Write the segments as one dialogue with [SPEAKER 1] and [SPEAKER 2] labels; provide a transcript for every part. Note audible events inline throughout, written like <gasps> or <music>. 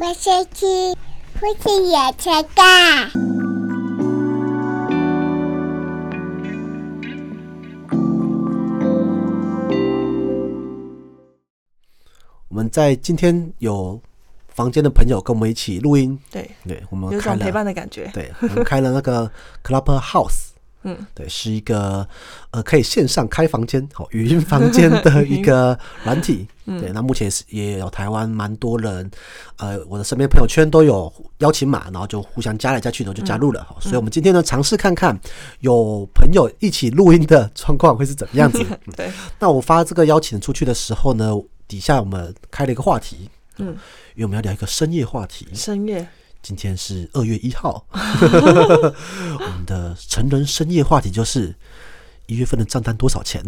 [SPEAKER 1] 我先去，父亲也才干。
[SPEAKER 2] 我们在今天有房间的朋友跟我们一起录音，
[SPEAKER 3] 对，
[SPEAKER 2] 对我们
[SPEAKER 3] 有
[SPEAKER 2] 哦
[SPEAKER 3] 一
[SPEAKER 2] 开
[SPEAKER 3] 种陪
[SPEAKER 2] 了，
[SPEAKER 3] 伴的感觉。
[SPEAKER 2] 对我们开了那个 Club House。
[SPEAKER 3] 嗯，
[SPEAKER 2] 对，是一个呃可以线上开房间、好、语音房间的一个软体。
[SPEAKER 3] 嗯
[SPEAKER 2] 对，那目前是也有台湾蛮多人，呃，我的身边朋友圈都有邀请码，然后就互相加来加去，然后就加入了。
[SPEAKER 3] 嗯
[SPEAKER 2] 好所以我们今天呢，尝试看看有朋友一起录音的状况会是怎么样
[SPEAKER 3] <laughs>
[SPEAKER 2] 子。
[SPEAKER 3] 对，
[SPEAKER 2] 那我发这个邀请出去的时候呢，底下我们开了一个话题，
[SPEAKER 3] 嗯，
[SPEAKER 2] 因为我们要聊一个深夜话题。
[SPEAKER 3] 深夜
[SPEAKER 2] 今天是二月一号， <laughs> 我们的成人深夜话题就是一月份的账单多少钱？，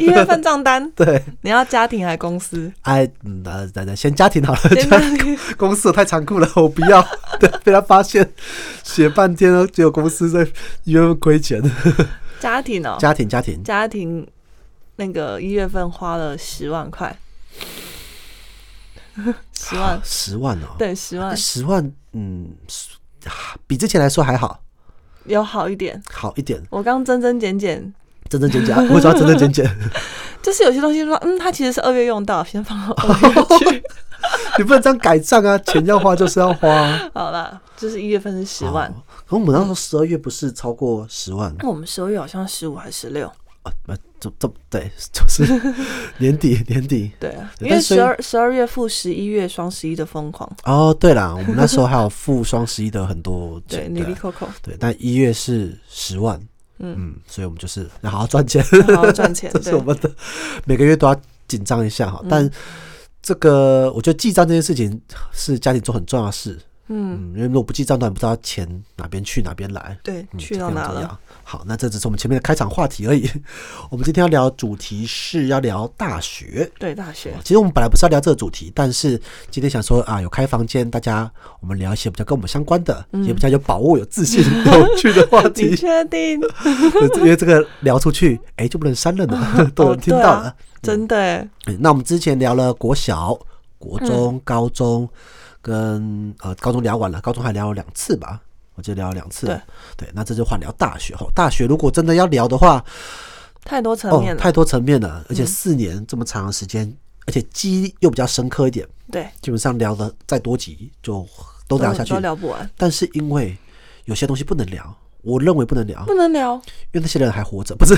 [SPEAKER 3] 一月份账
[SPEAKER 2] <laughs>
[SPEAKER 3] 单
[SPEAKER 2] 对，
[SPEAKER 3] 你要家庭还是公司？
[SPEAKER 2] 哎，嗯呃，等等，先家庭好了，
[SPEAKER 3] 先
[SPEAKER 2] 家
[SPEAKER 3] 家 <laughs> 庭
[SPEAKER 2] 公司太残酷了，我不要， <laughs> 对，被他发现，写半天了，只有公司在一月份亏钱。
[SPEAKER 3] 哦家庭哦，
[SPEAKER 2] 家庭，家庭，，
[SPEAKER 3] 家庭那个一月份花了十万块， <laughs> 十万
[SPEAKER 2] 十万哦，
[SPEAKER 3] 对，十万
[SPEAKER 2] 十万，嗯，是啊比之前来说还好，
[SPEAKER 3] 有好一点。
[SPEAKER 2] 好一点，
[SPEAKER 3] 我刚真真减减，
[SPEAKER 2] 真真减减，啊为什么要真真减减？
[SPEAKER 3] 就是有些东西说，嗯，它其实是二月用到，先放
[SPEAKER 2] <laughs>
[SPEAKER 3] 到二月去。
[SPEAKER 2] <laughs> 你不能这样改账啊，钱要花就是要花啊、
[SPEAKER 3] 好啦，就是一月份是十万，
[SPEAKER 2] 哦。可我们那时候十二月不是超过十万
[SPEAKER 3] 那我们十二月好像十五还是十六？
[SPEAKER 2] 啊？呃，这这对，就是年底年底。
[SPEAKER 3] 对啊，
[SPEAKER 2] 对
[SPEAKER 3] 因为
[SPEAKER 2] 但所以
[SPEAKER 3] 十二十二月负十一月双十一的疯狂，
[SPEAKER 2] 哦，对啦，我们那时候还有付双十一的很多
[SPEAKER 3] 对，
[SPEAKER 2] 钱，
[SPEAKER 3] 你
[SPEAKER 2] 对
[SPEAKER 3] 比
[SPEAKER 2] 啊
[SPEAKER 3] Coco
[SPEAKER 2] 对，但一月是十万，
[SPEAKER 3] 嗯
[SPEAKER 2] 嗯，所以我们就是要好好赚钱，
[SPEAKER 3] 好好赚钱，
[SPEAKER 2] <laughs> 这是我们
[SPEAKER 3] 对，嗯
[SPEAKER 2] 的每个月都要紧张一下哈。但这个我觉得记账这件事情是家庭中很重要的事，嗯，
[SPEAKER 3] 嗯，
[SPEAKER 2] 因为如果不记账，当然不知道钱哪边去哪边来。
[SPEAKER 3] 对，
[SPEAKER 2] 嗯
[SPEAKER 3] 去
[SPEAKER 2] 这
[SPEAKER 3] 到
[SPEAKER 2] 非常
[SPEAKER 3] 哪
[SPEAKER 2] 重
[SPEAKER 3] 了？
[SPEAKER 2] 要？好，那这只是我们前面的开场话题而已。 <laughs> 我们今天要聊的主题是要聊大学。
[SPEAKER 3] 对，大学
[SPEAKER 2] 哦，其实我们本来不是要聊这个主题，但是今天想说啊，有开房间，大家我们聊一些比较跟我们相关的，也比较有把握、有自
[SPEAKER 3] <laughs>
[SPEAKER 2] 信、有趣的话
[SPEAKER 3] 你
[SPEAKER 2] 题。<laughs>
[SPEAKER 3] 嗯确定？
[SPEAKER 2] 因为这个聊出去，哎、就不能删了
[SPEAKER 3] <laughs>
[SPEAKER 2] 呢，都有人听
[SPEAKER 3] 对
[SPEAKER 2] 到
[SPEAKER 3] 啊
[SPEAKER 2] 了。
[SPEAKER 3] 真的欸，
[SPEAKER 2] 嗯那我们之前聊了国小、国
[SPEAKER 3] 嗯
[SPEAKER 2] 中、高中，跟呃高中聊完了，高中还聊了两次吧，我记得聊了两次。
[SPEAKER 3] 对
[SPEAKER 2] 那这就换聊大学吼。大学如果真的要聊的话，
[SPEAKER 3] 太多层
[SPEAKER 2] 哦
[SPEAKER 3] 面，嗯了，
[SPEAKER 2] 太多层面了，而且四年这么长的时间，而且记忆又比较深刻一点，
[SPEAKER 3] 对，
[SPEAKER 2] 基本上聊的再多集就都
[SPEAKER 3] 都
[SPEAKER 2] 聊下去
[SPEAKER 3] 都。聊不
[SPEAKER 2] <laughs>
[SPEAKER 3] 完，
[SPEAKER 2] 但是因为有些东西不能聊，我认为不能聊，
[SPEAKER 3] 不能聊，
[SPEAKER 2] 因为那些人还活着，不是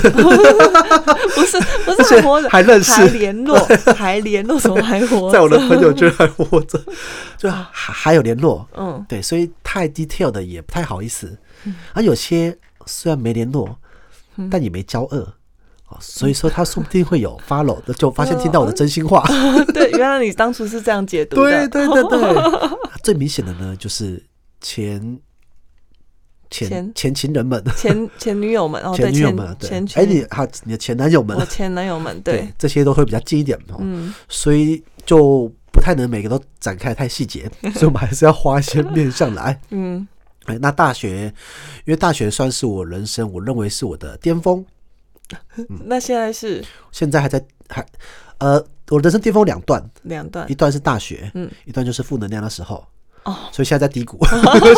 [SPEAKER 3] 不是不是还活着，
[SPEAKER 2] 还认识
[SPEAKER 3] 还联
[SPEAKER 2] <laughs>
[SPEAKER 3] 络，还联络，什么还
[SPEAKER 2] <laughs>
[SPEAKER 3] 活？
[SPEAKER 2] 在我的朋友圈还活着，就还还有联络。
[SPEAKER 3] 嗯，
[SPEAKER 2] 对，所以太 detail 的也不太好意思。而有些虽然没联络，
[SPEAKER 3] 嗯
[SPEAKER 2] 但也没交恶。哦，所以说他说不定会有 follow 的，就发现听到我的真心
[SPEAKER 3] <laughs>
[SPEAKER 2] 话。
[SPEAKER 3] 对，原来你当初是这样解读
[SPEAKER 2] 对
[SPEAKER 3] 的，
[SPEAKER 2] 对对对， <laughs> 最明显的呢就是前前
[SPEAKER 3] 前
[SPEAKER 2] 前情人们、
[SPEAKER 3] <laughs> 前前女友们，哦，对，
[SPEAKER 2] 前女友们，对
[SPEAKER 3] 前，
[SPEAKER 2] 哎，
[SPEAKER 3] 前
[SPEAKER 2] 你还你的前男友们
[SPEAKER 3] 我，前男友们，对，
[SPEAKER 2] 这些都会比较近一点哦，
[SPEAKER 3] 嗯，
[SPEAKER 2] 所以就不太能每个都展开太细
[SPEAKER 3] <laughs>
[SPEAKER 2] 节，所以我们还是要花一些面向来。
[SPEAKER 3] 嗯，
[SPEAKER 2] 哎，那大学，因为大学算是我人生，我认为是我的巅峰，嗯
[SPEAKER 3] 那现在是
[SPEAKER 2] 现在还在还，呃，我人生巅峰两段，
[SPEAKER 3] 两段
[SPEAKER 2] 一段是大学，
[SPEAKER 3] 嗯，
[SPEAKER 2] 一段就是负能量的时候，
[SPEAKER 3] 哦，
[SPEAKER 2] 所以现在在低谷， <laughs>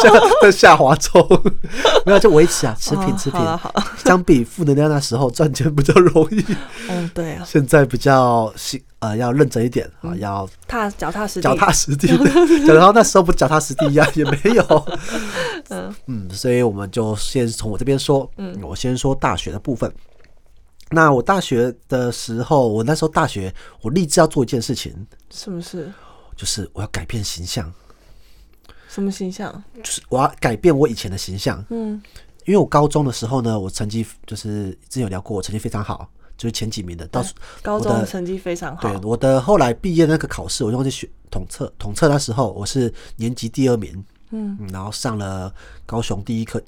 [SPEAKER 2] 现在在下滑中， <laughs> 没有就维持啊，持
[SPEAKER 3] 哦
[SPEAKER 2] 平持平
[SPEAKER 3] 好。了好了，
[SPEAKER 2] <laughs> 相比负能量那时候赚钱比较容易，
[SPEAKER 3] 嗯，对啊，
[SPEAKER 2] 现在比较是呃要认真一点啊，
[SPEAKER 3] 嗯
[SPEAKER 2] 要
[SPEAKER 3] 踏脚踏实地
[SPEAKER 2] <laughs> 脚，踏实地的，然后那时候不脚踏实地呀、也没有。
[SPEAKER 3] 嗯
[SPEAKER 2] 嗯，所以我们就先从我这边说，嗯，我先说大学的部分。那我大学的时候，我那时候大学，我立志要做一件事情，
[SPEAKER 3] 是不是？
[SPEAKER 2] 就是我要改变形象，
[SPEAKER 3] 什么形象？
[SPEAKER 2] 就是我要改变我以前的形象。
[SPEAKER 3] 嗯，
[SPEAKER 2] 因为我高中的时候呢，我成绩就是之前有聊过，我成绩非常好，就是前几名的。到
[SPEAKER 3] 哎高
[SPEAKER 2] 我
[SPEAKER 3] 中
[SPEAKER 2] 的
[SPEAKER 3] 的成绩非常好
[SPEAKER 2] 对，我的后来毕业那个考试，我就忘记选统测，统测那时候我是年级第二名，
[SPEAKER 3] 嗯，
[SPEAKER 2] 然后上了高雄第一科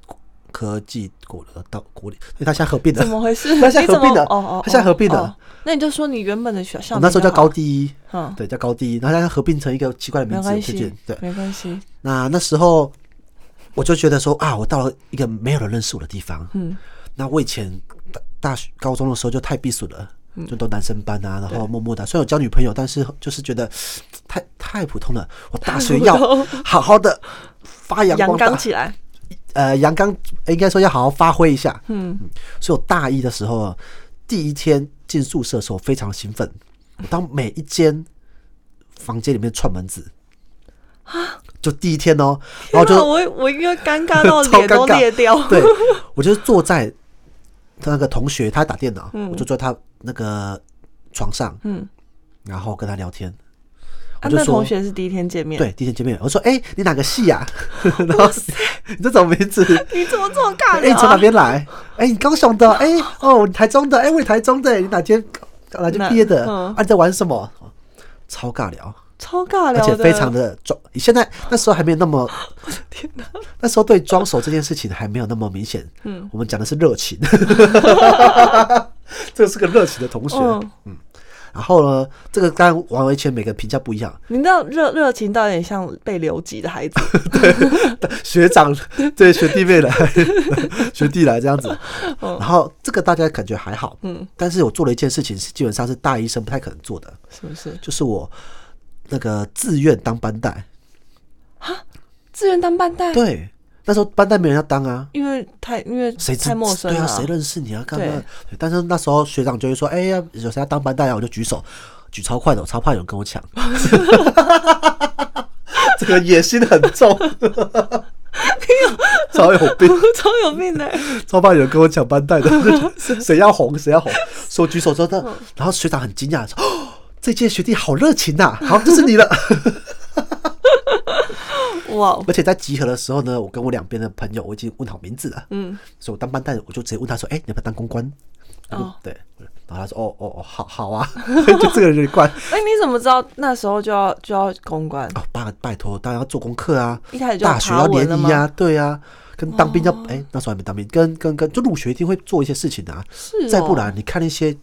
[SPEAKER 2] 科技国的到国立，因为他现在合并了
[SPEAKER 3] 怎，么回事？
[SPEAKER 2] <laughs> 他现在
[SPEAKER 3] 你怎
[SPEAKER 2] 合并
[SPEAKER 3] 么
[SPEAKER 2] 了
[SPEAKER 3] 哦哦，
[SPEAKER 2] 他现在合并了
[SPEAKER 3] 哦那你就说你原本的学校
[SPEAKER 2] 我哦
[SPEAKER 3] 名就好，
[SPEAKER 2] 那时候叫高第一，
[SPEAKER 3] 嗯，
[SPEAKER 2] 对，叫高第一，然后它合并成一个奇怪的名
[SPEAKER 3] 没
[SPEAKER 2] 字，
[SPEAKER 3] 关
[SPEAKER 2] 最近
[SPEAKER 3] 系，
[SPEAKER 2] 对。
[SPEAKER 3] 没关系，
[SPEAKER 2] 那那时候我就觉得说啊，我到了一个没有人认识我的地方。
[SPEAKER 3] 嗯，
[SPEAKER 2] 那我以前大大学高中的时候就太避暑了，
[SPEAKER 3] 嗯
[SPEAKER 2] 就都男生班啊，然后默默的，虽然有交女朋友，但是就是觉得太太普通了。我大学要好好的发扬
[SPEAKER 3] 阳
[SPEAKER 2] 光
[SPEAKER 3] 刚
[SPEAKER 2] 大，
[SPEAKER 3] 起来，
[SPEAKER 2] 呃，阳刚应该说要好好发挥一下。
[SPEAKER 3] 嗯，
[SPEAKER 2] 所以我大一的时候，第一天进宿舍的时候非常兴奋，我当每一间房间里面串门子啊，就第一天哦，然后
[SPEAKER 3] 天哪
[SPEAKER 2] 就
[SPEAKER 3] 我我应该尴尬到
[SPEAKER 2] <laughs> 超
[SPEAKER 3] 脸都
[SPEAKER 2] 尴尬
[SPEAKER 3] 裂掉，
[SPEAKER 2] <laughs> 对我就是坐在那个同学他打电脑，我就坐在他那个床上，
[SPEAKER 3] 嗯，
[SPEAKER 2] 然后跟他聊天。我
[SPEAKER 3] 啊，
[SPEAKER 2] 就
[SPEAKER 3] 那
[SPEAKER 2] 说
[SPEAKER 3] 同学是第一天见面，
[SPEAKER 2] 对，第一天见面，我说：“哎、你哪个系
[SPEAKER 3] <laughs>
[SPEAKER 2] 呀、然后你这种名字，
[SPEAKER 3] 你怎么这么尬
[SPEAKER 2] 哎、你
[SPEAKER 3] 聊
[SPEAKER 2] 从哪
[SPEAKER 3] 啊？
[SPEAKER 2] 边来？ <laughs> 哎、你高雄的？哎、哦，你台中的？哎、我也台中的。你哪间哪间毕业的？
[SPEAKER 3] 那嗯
[SPEAKER 2] 啊，你在玩什么？超尬聊，
[SPEAKER 3] 超尬
[SPEAKER 2] 而
[SPEAKER 3] 聊
[SPEAKER 2] 且
[SPEAKER 3] 的，
[SPEAKER 2] 非常的装。现在那时候还没有那么，
[SPEAKER 3] <laughs> 天哪，
[SPEAKER 2] 那时候对装熟这件事情还没有那么明显。
[SPEAKER 3] 嗯，
[SPEAKER 2] 我们讲的是热情， <laughs> 这是个热情的同学。
[SPEAKER 3] 嗯，
[SPEAKER 2] 然后呢，这个刚刚玩完一圈，每个人评价不一样。 <laughs>
[SPEAKER 3] 你知道热热情到有点像被留级的孩子，
[SPEAKER 2] 学长对学弟妹来， <laughs> 学弟来这样子。然后这个大家感觉还好，嗯，但是我做了一件事情，是基本上是大医生不太可能做的，
[SPEAKER 3] 是不是？
[SPEAKER 2] <laughs> 就是我那个自愿当班带。
[SPEAKER 3] 自愿当班带，
[SPEAKER 2] 对，那时候班带没人要当啊。
[SPEAKER 3] 因为太因为
[SPEAKER 2] 谁知
[SPEAKER 3] 太陌生
[SPEAKER 2] 对
[SPEAKER 3] 了
[SPEAKER 2] 啊，，谁认识你啊？干嘛
[SPEAKER 3] 对？
[SPEAKER 2] 对但是那时候学长就会说：“哎、呀，有谁要当班带啊？”我就举手，举超快的，我超怕有人跟我
[SPEAKER 3] <laughs>
[SPEAKER 2] 抢。这个野心很
[SPEAKER 3] <laughs>
[SPEAKER 2] 重，超有病。
[SPEAKER 3] <laughs> 超有
[SPEAKER 2] <laughs>
[SPEAKER 3] 病的，
[SPEAKER 2] 超怕有人跟我抢班带的， <laughs> 谁要红谁要红，说举手说的，
[SPEAKER 3] 嗯
[SPEAKER 2] 然后学长很惊讶 <gasps> 说：“哦，这届学弟好热情呐、好，就是你了。 <laughs>
[SPEAKER 3] 哇”，
[SPEAKER 2] 而且在集合的时候呢，我跟我两边的朋友，我已经问好名字了，
[SPEAKER 3] 嗯，
[SPEAKER 2] 所以我当班带我就直接问他说：“哎、你要不要当公关？”我就
[SPEAKER 3] 哦
[SPEAKER 2] 对，然后他说：“哦哦哦，好好啊。” <laughs> 就这个人有点怪
[SPEAKER 3] 哎，你怎么知道那时候就要就要公关？
[SPEAKER 2] 哦，拜拜托，当然要做功课啊，
[SPEAKER 3] 一开始就
[SPEAKER 2] 大学要
[SPEAKER 3] 爬文
[SPEAKER 2] 联
[SPEAKER 3] 了
[SPEAKER 2] 谊
[SPEAKER 3] 吗哦
[SPEAKER 2] 啊，对啊。跟当兵要哎、那时候还没当兵，跟跟跟，就入学一定会做一些事情的啊。
[SPEAKER 3] 是
[SPEAKER 2] 再不
[SPEAKER 3] 哦
[SPEAKER 2] 然，你看那些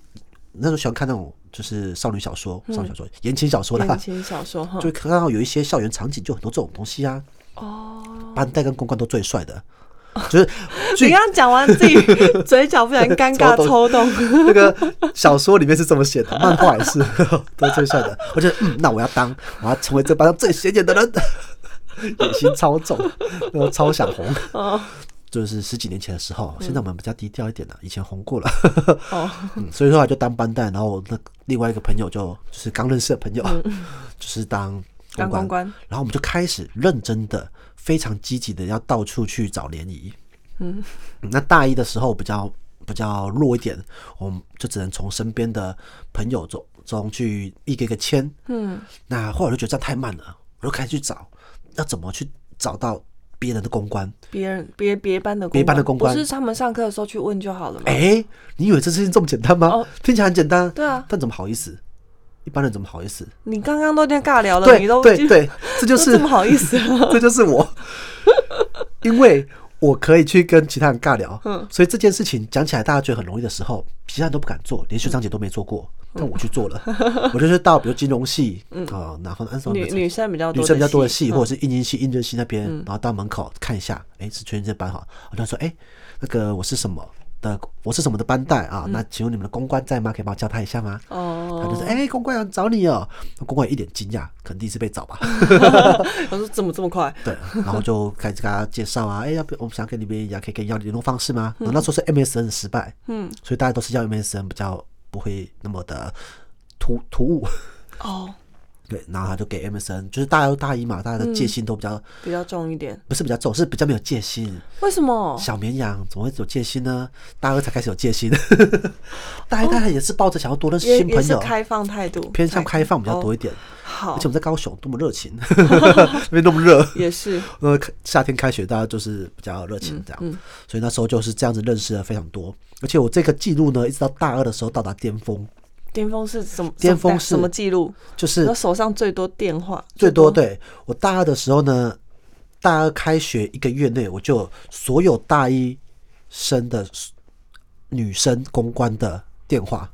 [SPEAKER 2] 那时候喜欢看那种就是少女小说、少女小说、言情小说啦
[SPEAKER 3] 嗯言，情小说哦哈
[SPEAKER 2] 就，会看到有一些校园场景就很多这种东西啊。
[SPEAKER 3] 哦，
[SPEAKER 2] 班带跟公关都最帅的，
[SPEAKER 3] <laughs>
[SPEAKER 2] 就是
[SPEAKER 3] 你
[SPEAKER 2] 最
[SPEAKER 3] 刚刚讲完自己嘴角不小心
[SPEAKER 2] <laughs>
[SPEAKER 3] 尴尬抽
[SPEAKER 2] 抽
[SPEAKER 3] 动，
[SPEAKER 2] 那个小说里面是这么写的，漫画也是 <laughs> 都是最帅的。我觉得嗯，那我要当，我要成为这班上最显眼的人， <laughs> 野心超重，然后超想红。
[SPEAKER 3] 哦
[SPEAKER 2] 就是十几年前的时候，现在我们比较低调一点了，以前红过了。
[SPEAKER 3] 哦，
[SPEAKER 2] 嗯，所以说来就当班带，然后我那个另外一个朋友就就是刚认识的朋友， <laughs> 就是当
[SPEAKER 3] 嗯当公关，
[SPEAKER 2] 然后我们就开始认真的、非常积极的要到处去找联谊。嗯，那大一的时候比较比较弱一点，我们就只能从身边的朋友中中去一个一个签。
[SPEAKER 3] 嗯，
[SPEAKER 2] 那后来我就觉得这样太慢了，我就开始去找要怎么去找到别人的公关。
[SPEAKER 3] 别人别别班的
[SPEAKER 2] 别班的公关
[SPEAKER 3] 不是他们上课的时候去问就好了吗？
[SPEAKER 2] 哎、你以为这事情这么简单吗？
[SPEAKER 3] 哦
[SPEAKER 2] 听起来很简单，
[SPEAKER 3] 对啊
[SPEAKER 2] 但怎么好意思？一般人怎么好意思？
[SPEAKER 3] 你刚刚都在尬聊了，
[SPEAKER 2] 对
[SPEAKER 3] 你都
[SPEAKER 2] 对对，这就
[SPEAKER 3] 都
[SPEAKER 2] 是
[SPEAKER 3] <laughs> 这么好意思啊了，
[SPEAKER 2] <laughs> 这就是
[SPEAKER 3] <laughs>
[SPEAKER 2] 我，因为我可以去跟其他人尬聊，
[SPEAKER 3] 嗯
[SPEAKER 2] 所以这件事情讲起来大家觉得很容易的时候，其他人都不敢做，连学长姐都没做过，
[SPEAKER 3] 嗯
[SPEAKER 2] 但我去做了，我就是到比如金融系啊、然后那时候
[SPEAKER 3] 女女生比较多，
[SPEAKER 2] 女生比较多的系，或者是应届系、应届系那边，然后到门口看一下，哎，是全这班哈，我就说，哎，那个我是什么的，我是什么的班带啊？那请问你们的公关在吗？可以帮我叫他一下吗？他就
[SPEAKER 3] 哦
[SPEAKER 2] 是，，哎，公关要找你哦，那公关一脸惊讶，肯定是被找吧。
[SPEAKER 3] 我说怎么这么快？
[SPEAKER 2] 对，然后就开始跟他介绍啊，哎、要不我们想跟你们一样，可以跟你要联络方式吗？然后那时候是 MSN 的时代，
[SPEAKER 3] 嗯，
[SPEAKER 2] 所以大家都是要 MSN，比较不会那么的突突兀。 <laughs>
[SPEAKER 3] 哦，
[SPEAKER 2] 对，然后他就给 MSN，就是大家都大一嘛，大家的戒心都比较、
[SPEAKER 3] 比较重一点，
[SPEAKER 2] 不是比较重，是比较没有戒心。
[SPEAKER 3] 为什么？
[SPEAKER 2] 小绵羊怎么会有戒心呢？大二才开始有戒
[SPEAKER 3] <laughs>
[SPEAKER 2] 心，大一大家也是抱着想要多认识
[SPEAKER 3] 哦也
[SPEAKER 2] 新
[SPEAKER 3] 也
[SPEAKER 2] 朋
[SPEAKER 3] 是
[SPEAKER 2] 友，
[SPEAKER 3] 开哦放态度，
[SPEAKER 2] 偏向开放比较多一点。
[SPEAKER 3] 好
[SPEAKER 2] 而且我，们在高雄多么热
[SPEAKER 3] <laughs>
[SPEAKER 2] 情， <laughs> 那边那么热。
[SPEAKER 3] 也是
[SPEAKER 2] 呃，开夏天开学大家就是比较热
[SPEAKER 3] 嗯
[SPEAKER 2] 情这样，所以那时候就是这样子认识了非常多。而且我这个记录呢，一直到大二的时候到达巅峰，
[SPEAKER 3] 巅峰是什么？
[SPEAKER 2] 巅峰
[SPEAKER 3] 什么
[SPEAKER 2] 是
[SPEAKER 3] 什么记录？
[SPEAKER 2] 就是
[SPEAKER 3] 我手上最多电话，
[SPEAKER 2] 最多对我大二的时候呢，大二开学一个月内，我就有所有大一生的女生公关的电话，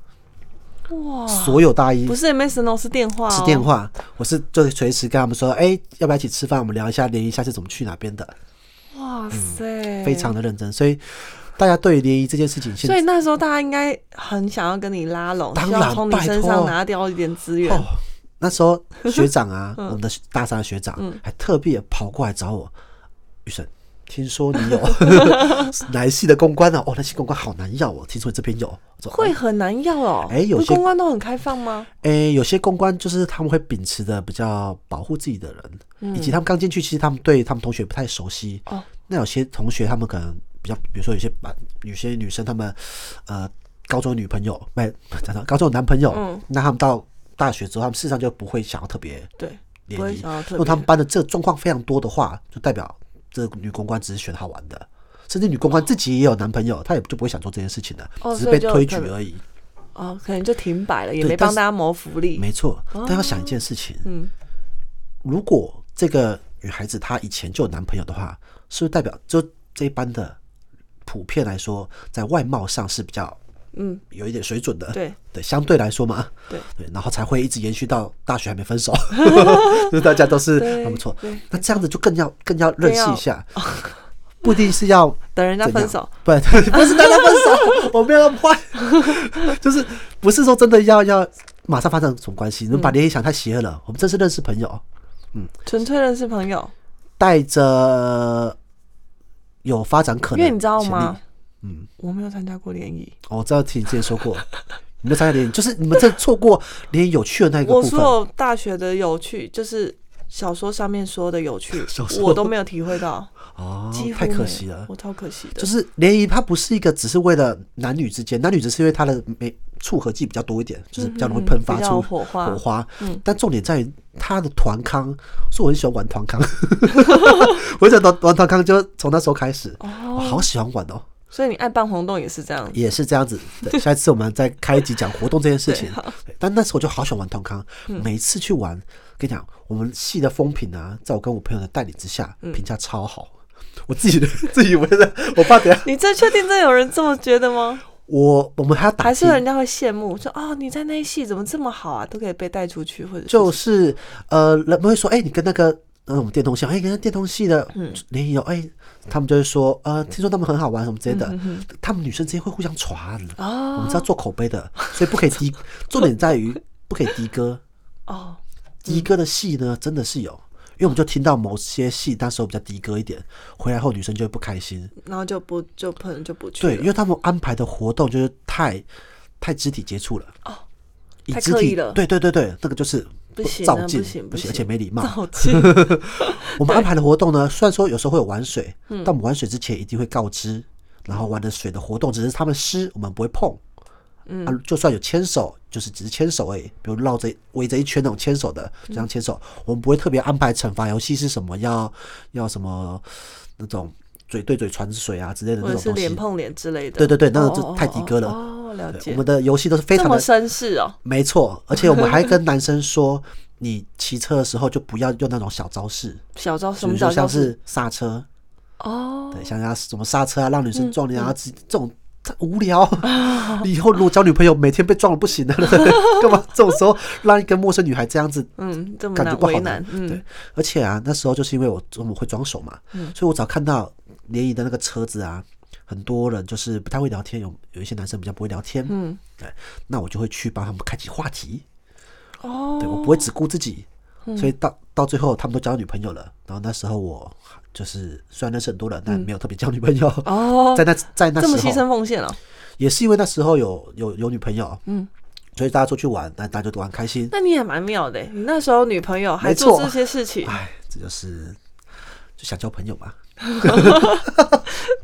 [SPEAKER 3] 哇，
[SPEAKER 2] 所有大一
[SPEAKER 3] 不是 MSN 哦是电话、哦，
[SPEAKER 2] 是电话，我是就随时跟他们说，哎、要不要一起吃饭？我们聊一下联谊下次怎么去哪边的。
[SPEAKER 3] 哇塞，
[SPEAKER 2] 非常的认真，所以大家对联谊这件事情现
[SPEAKER 3] 所
[SPEAKER 2] 在
[SPEAKER 3] 以那时候大家应该很想要跟你拉拢，
[SPEAKER 2] 当
[SPEAKER 3] 希
[SPEAKER 2] 然
[SPEAKER 3] 望从你身
[SPEAKER 2] 拜
[SPEAKER 3] 上
[SPEAKER 2] 托
[SPEAKER 3] 拿掉一点资源。
[SPEAKER 2] 哦，那时候学长
[SPEAKER 3] <laughs>
[SPEAKER 2] 啊，
[SPEAKER 3] 嗯
[SPEAKER 2] 我们的大三的学长还特别跑过来找我，雨神。听说你
[SPEAKER 3] <laughs>
[SPEAKER 2] 有哪一系的公关啊？哦，那系公关好难要哦。听说你这边有，我说
[SPEAKER 3] 会很难要哦。
[SPEAKER 2] 哎有
[SPEAKER 3] 不是
[SPEAKER 2] 些
[SPEAKER 3] 公关都很开放吗？
[SPEAKER 2] 诶、有些公关就是他们会秉持的比较保护自己的人，以及他们刚进去，其实他们对他们同学不太熟悉。
[SPEAKER 3] 嗯哦，
[SPEAKER 2] 那有些同学他们可能比较，比如说有些班有些女生，她们呃高中的女朋友，不是，讲错高中的男朋友，
[SPEAKER 3] 嗯
[SPEAKER 2] 那他们到大学之后，他们事实上就不会想要特别
[SPEAKER 3] 对，不
[SPEAKER 2] 联
[SPEAKER 3] 会
[SPEAKER 2] 谊。
[SPEAKER 3] 想要
[SPEAKER 2] 如
[SPEAKER 3] 特别。
[SPEAKER 2] 哦果他们班的这个状况非常多的话，就代表这个女公关只是选好玩的，甚至女公关自己也有男朋友，她也就不会想做这件事情了，
[SPEAKER 3] 哦
[SPEAKER 2] 只是
[SPEAKER 3] 所以
[SPEAKER 2] 被
[SPEAKER 3] 就
[SPEAKER 2] 推
[SPEAKER 3] 特
[SPEAKER 2] 举
[SPEAKER 3] 别
[SPEAKER 2] 而已。
[SPEAKER 3] 哦，可能就停摆了，也
[SPEAKER 2] 对
[SPEAKER 3] 没
[SPEAKER 2] 但
[SPEAKER 3] 帮
[SPEAKER 2] 是
[SPEAKER 3] 大家谋福利。
[SPEAKER 2] 没错，但要想一件事情，
[SPEAKER 3] 哦嗯，
[SPEAKER 2] 如果这个女孩子她以前就有男朋友的话，是不是代表就这一班的普遍来说，在外貌上是比较
[SPEAKER 3] 嗯
[SPEAKER 2] 有一点水准的？
[SPEAKER 3] 对
[SPEAKER 2] 对，相对来说嘛，
[SPEAKER 3] 对
[SPEAKER 2] 对，然后才会一直延续到大学还没分
[SPEAKER 3] <laughs>
[SPEAKER 2] 手，就是大家都是
[SPEAKER 3] 对
[SPEAKER 2] 很不错
[SPEAKER 3] 对。
[SPEAKER 2] 那这样子就更要更要认识
[SPEAKER 3] 更要
[SPEAKER 2] 一下，不一定是要
[SPEAKER 3] 等人家
[SPEAKER 2] 怎
[SPEAKER 3] 分
[SPEAKER 2] 样
[SPEAKER 3] 手，
[SPEAKER 2] 不不是大家分手，我 <laughs> 没有那么坏，就是不是说真的要要马上发展什么关系，你们把联谊想太邪恶
[SPEAKER 3] 嗯
[SPEAKER 2] 了，我们真是认识朋友。
[SPEAKER 3] 纯粹认识朋友。
[SPEAKER 2] 带着有发展可能，
[SPEAKER 3] 因为你知道吗？？
[SPEAKER 2] 嗯，
[SPEAKER 3] 我没有参加过联谊，
[SPEAKER 2] 哦我知道，听你之前说过，你们参加联谊，就是你们这错过联谊有趣的那一个
[SPEAKER 3] 我
[SPEAKER 2] 部分
[SPEAKER 3] 所。有大学的有趣，就是小说上面说的有趣
[SPEAKER 2] <laughs> 小，说
[SPEAKER 3] 我都没有体会到，
[SPEAKER 2] 哦
[SPEAKER 3] 几，乎
[SPEAKER 2] 太
[SPEAKER 3] 没
[SPEAKER 2] 可
[SPEAKER 3] 有
[SPEAKER 2] 惜了
[SPEAKER 3] 我。超可惜的。
[SPEAKER 2] 就是联谊，它不是一个只是为了男女之间，男女只是因为它的没促合剂比较多一点，就是比较容易喷发
[SPEAKER 3] 嗯比
[SPEAKER 2] 出
[SPEAKER 3] 较火花
[SPEAKER 2] 火花。
[SPEAKER 3] 嗯
[SPEAKER 2] 但重点在于它的团康， <laughs> 所以我很喜欢玩团康。 <laughs> 我想玩玩团康，就从那时候开始，我
[SPEAKER 3] 哦，
[SPEAKER 2] 好喜欢玩哦。
[SPEAKER 3] 所以你爱办活动也是这样。
[SPEAKER 2] 也是这样子。对，下一次我们再开一集讲活动这件事情
[SPEAKER 3] 对好。嗯
[SPEAKER 2] 对但那时候我就好喜欢玩团康，啊每次去玩，跟你讲，我们系的风评啊，在我跟我朋友的带领之下，
[SPEAKER 3] 嗯
[SPEAKER 2] 评价超好。我自己的 <laughs> 自以为的，我爸等下
[SPEAKER 3] 你这确定真有人这么觉得吗？
[SPEAKER 2] 我我们还要 <laughs> 打
[SPEAKER 3] 还是
[SPEAKER 2] 听，
[SPEAKER 3] 人家会羡慕，说哦你在那一系怎么这么好啊，都可以被带出去，或者
[SPEAKER 2] 就是呃，人们会说，哎、你跟那个。嗯，我们电通系，哎、跟那电通系的
[SPEAKER 3] 嗯
[SPEAKER 2] 联谊哦，哎、他们就会说，呃，听说他们很好玩什么之类
[SPEAKER 3] 嗯
[SPEAKER 2] 的，他们女生之间会互相传，啊我
[SPEAKER 3] 哦
[SPEAKER 2] 们是要做口碑的，所以
[SPEAKER 3] <laughs>
[SPEAKER 2] 不可以低，重点在于不可以低歌，
[SPEAKER 3] 哦
[SPEAKER 2] 的哥的戏呢，真的是有，因为我们就听到某些戏那时候比较的哥一点，回来后女生就会不开心。
[SPEAKER 3] 然后就不就可能就不去
[SPEAKER 2] 对，
[SPEAKER 3] 了，
[SPEAKER 2] 因为他们安排的活动就是太太肢体接触了。哦，
[SPEAKER 3] 太刻意了
[SPEAKER 2] 对对对对，那个就是
[SPEAKER 3] 不行啊
[SPEAKER 2] 照镜
[SPEAKER 3] 不行不
[SPEAKER 2] 而且
[SPEAKER 3] 行
[SPEAKER 2] 没礼貌。
[SPEAKER 3] 好
[SPEAKER 2] <laughs>
[SPEAKER 3] 气
[SPEAKER 2] 我们安排的活动呢，虽然说有时候会有玩水，
[SPEAKER 3] 嗯
[SPEAKER 2] 但我们玩水之前一定会告知，然后玩的水的活动只是他们湿，我们不会碰。嗯、啊，就算有牵手，就是只是牵手而已，比如绕着围着一圈那种牵手的，这
[SPEAKER 3] 嗯
[SPEAKER 2] 样牵手，我们不会特别安排惩罚游戏是什么，要要什么那种嘴对嘴传水啊之类的
[SPEAKER 3] 或
[SPEAKER 2] 那
[SPEAKER 3] 者
[SPEAKER 2] 种
[SPEAKER 3] 是
[SPEAKER 2] 东西
[SPEAKER 3] 脸。碰脸之类的。
[SPEAKER 2] 对对对，那
[SPEAKER 3] 哦
[SPEAKER 2] 个就
[SPEAKER 3] 哦
[SPEAKER 2] 太的哥了。
[SPEAKER 3] 哦，了
[SPEAKER 2] 对
[SPEAKER 3] 解。
[SPEAKER 2] 我们的游戏都是非
[SPEAKER 3] 这
[SPEAKER 2] 常
[SPEAKER 3] 么
[SPEAKER 2] 的
[SPEAKER 3] 绅士哦，
[SPEAKER 2] 没错，
[SPEAKER 3] <laughs>
[SPEAKER 2] 而且我们还跟男生说，你骑车的时候就不要用那种小招式，
[SPEAKER 3] 小招
[SPEAKER 2] 比
[SPEAKER 3] 什
[SPEAKER 2] 如
[SPEAKER 3] 么小
[SPEAKER 2] 说
[SPEAKER 3] 招
[SPEAKER 2] 像
[SPEAKER 3] 式？
[SPEAKER 2] 是刹车，
[SPEAKER 3] 哦，
[SPEAKER 2] 对，像要什么刹车啊，让女
[SPEAKER 3] 嗯
[SPEAKER 2] 生撞你啊，自己这种太无聊。 <laughs> 你以后如果交女朋友，每天被撞了不行的， <laughs> 干嘛这种时候让一个陌生女孩这样子？
[SPEAKER 3] 嗯，这么
[SPEAKER 2] 感觉
[SPEAKER 3] 难
[SPEAKER 2] 不好
[SPEAKER 3] 为
[SPEAKER 2] 呢
[SPEAKER 3] 难，嗯
[SPEAKER 2] 对，而且啊，那时候就是因为我我们会装熟嘛，
[SPEAKER 3] 嗯
[SPEAKER 2] 所以我只要看到联谊的那个车子啊，很多人就是不太会聊天，有有一些男生比较不会聊天，
[SPEAKER 3] 嗯，
[SPEAKER 2] 对，那我就会去帮他们开启话题，
[SPEAKER 3] 哦，嗯
[SPEAKER 2] 对我不会只顾自己，所以到到最后他们都交到女朋友了，然后那时候我就是虽然认识很多人，但没有特别交女朋友。
[SPEAKER 3] 嗯哦，
[SPEAKER 2] 在那在那
[SPEAKER 3] 这么
[SPEAKER 2] 时
[SPEAKER 3] 牺
[SPEAKER 2] 候
[SPEAKER 3] 牲，奉献哦。
[SPEAKER 2] 也是因为那时候有有有女朋友，嗯，所以大家出去玩，那大家就玩开心。
[SPEAKER 3] 那你也蛮妙的，欸你那时候女朋友还
[SPEAKER 2] 没
[SPEAKER 3] 做
[SPEAKER 2] 错
[SPEAKER 3] 这些事情，
[SPEAKER 2] 哎，这就是就想交朋友嘛，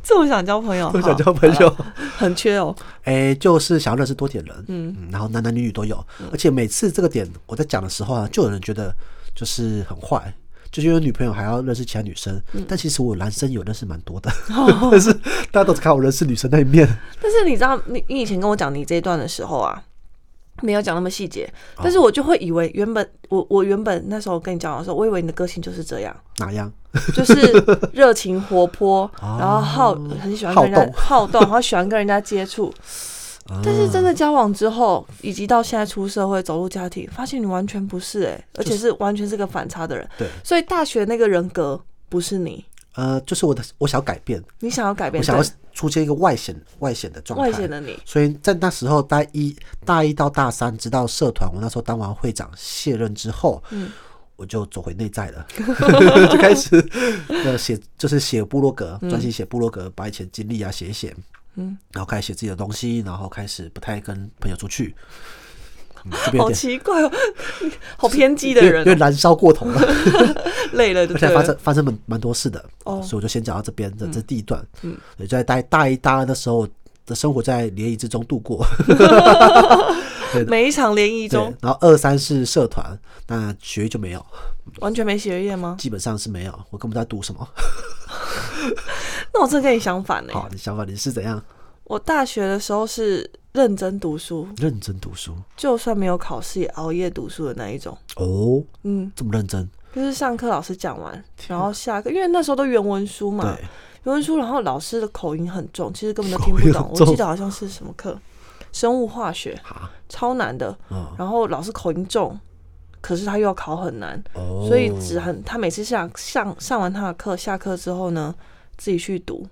[SPEAKER 3] 这么想交
[SPEAKER 2] <laughs>
[SPEAKER 3] 朋友，
[SPEAKER 2] 就想
[SPEAKER 3] 好
[SPEAKER 2] 交朋友。
[SPEAKER 3] 很缺哦。
[SPEAKER 2] 哎，就是想要认识多点人，嗯，然后男男女女都有，
[SPEAKER 3] 嗯
[SPEAKER 2] 而且每次这个点我在讲的时候啊，就有人觉得就是很坏。就是因为女朋友还要认识其他女生，
[SPEAKER 3] 嗯
[SPEAKER 2] 但其实我男生有认识蛮多的，
[SPEAKER 3] 哦
[SPEAKER 2] <laughs> 但是大家都只看我认识女生那一面。
[SPEAKER 3] 但是你知道，你你以前跟我讲你这一段的时候啊，没有讲那么细节，
[SPEAKER 2] 哦
[SPEAKER 3] 但是我就会以为原本我我原本那时候跟你交往的时候，我以为你的个性就是这样， <laughs>
[SPEAKER 2] 哪样？
[SPEAKER 3] 就是热情活泼，然后好很喜欢跟人家
[SPEAKER 2] 哦好动啊
[SPEAKER 3] 好动， <laughs> 然后喜欢跟人家接触。但是真的交往之后，以及到现在出社会走入家庭，发现你完全不是哎、而且是完全是个反差的人。
[SPEAKER 2] 对，
[SPEAKER 3] 所以大学那个人格不是你，
[SPEAKER 2] 呃，就是我的，我想要改变，
[SPEAKER 3] 你想要改变，
[SPEAKER 2] 我想要
[SPEAKER 3] 对
[SPEAKER 2] 出现一个外显外显的状态，
[SPEAKER 3] 外显的你
[SPEAKER 2] 所以在那时候，大一大一到大三，直到社团，我那时候当完会长卸任之后，
[SPEAKER 3] 嗯
[SPEAKER 2] 我就走回内在了， <laughs> 就开始呃写，就是写部落格，
[SPEAKER 3] 嗯
[SPEAKER 2] 专心写部落格，把以前经历啊写一写，嗯，然后开始写自己的东西，然后开始不太跟朋友出去，嗯、就变
[SPEAKER 3] 好
[SPEAKER 2] 得
[SPEAKER 3] 奇怪哦， <laughs> 好偏激的
[SPEAKER 2] 因为因为
[SPEAKER 3] 人哦，
[SPEAKER 2] 燃烧过头了。
[SPEAKER 3] <laughs> 累了就
[SPEAKER 2] 而
[SPEAKER 3] 对
[SPEAKER 2] 且发生
[SPEAKER 3] 了。
[SPEAKER 2] 发生蛮蛮多事的，
[SPEAKER 3] 哦
[SPEAKER 2] 所以我就先讲到这边，这这第一段，嗯，也就在大大一、大二的时候的生活在联谊之中度过，
[SPEAKER 3] 每一场联谊
[SPEAKER 2] 对
[SPEAKER 3] 中，
[SPEAKER 2] 然后二三是社团，那学就没有，
[SPEAKER 3] 完全没学业吗？
[SPEAKER 2] 基本上是没有，我根本不知道读什么。
[SPEAKER 3] 那我真的跟你相反呢、
[SPEAKER 2] 好，你想法你是怎样
[SPEAKER 3] 我大学的时候是认真读书，
[SPEAKER 2] 认真读书？
[SPEAKER 3] 就算没有考试也熬夜读书的那一种。
[SPEAKER 2] 哦，
[SPEAKER 3] 嗯，
[SPEAKER 2] 这么认真？
[SPEAKER 3] 就是上课老师讲完，然后下课，因为那时候都原文书嘛，
[SPEAKER 2] 对，
[SPEAKER 3] 原文书，然后老师的口音很重，其实根本就
[SPEAKER 2] 口
[SPEAKER 3] 听
[SPEAKER 2] 音
[SPEAKER 3] 不
[SPEAKER 2] 很
[SPEAKER 3] 懂。我
[SPEAKER 2] 重
[SPEAKER 3] 记得好像是什么课，生物化学，
[SPEAKER 2] 啊，
[SPEAKER 3] 超难的。
[SPEAKER 2] 嗯，
[SPEAKER 3] 然后老师口音重，可是他又要考很难，
[SPEAKER 2] 哦，
[SPEAKER 3] 所以只很他每次下上上完他的课，下课之后呢，自己去读，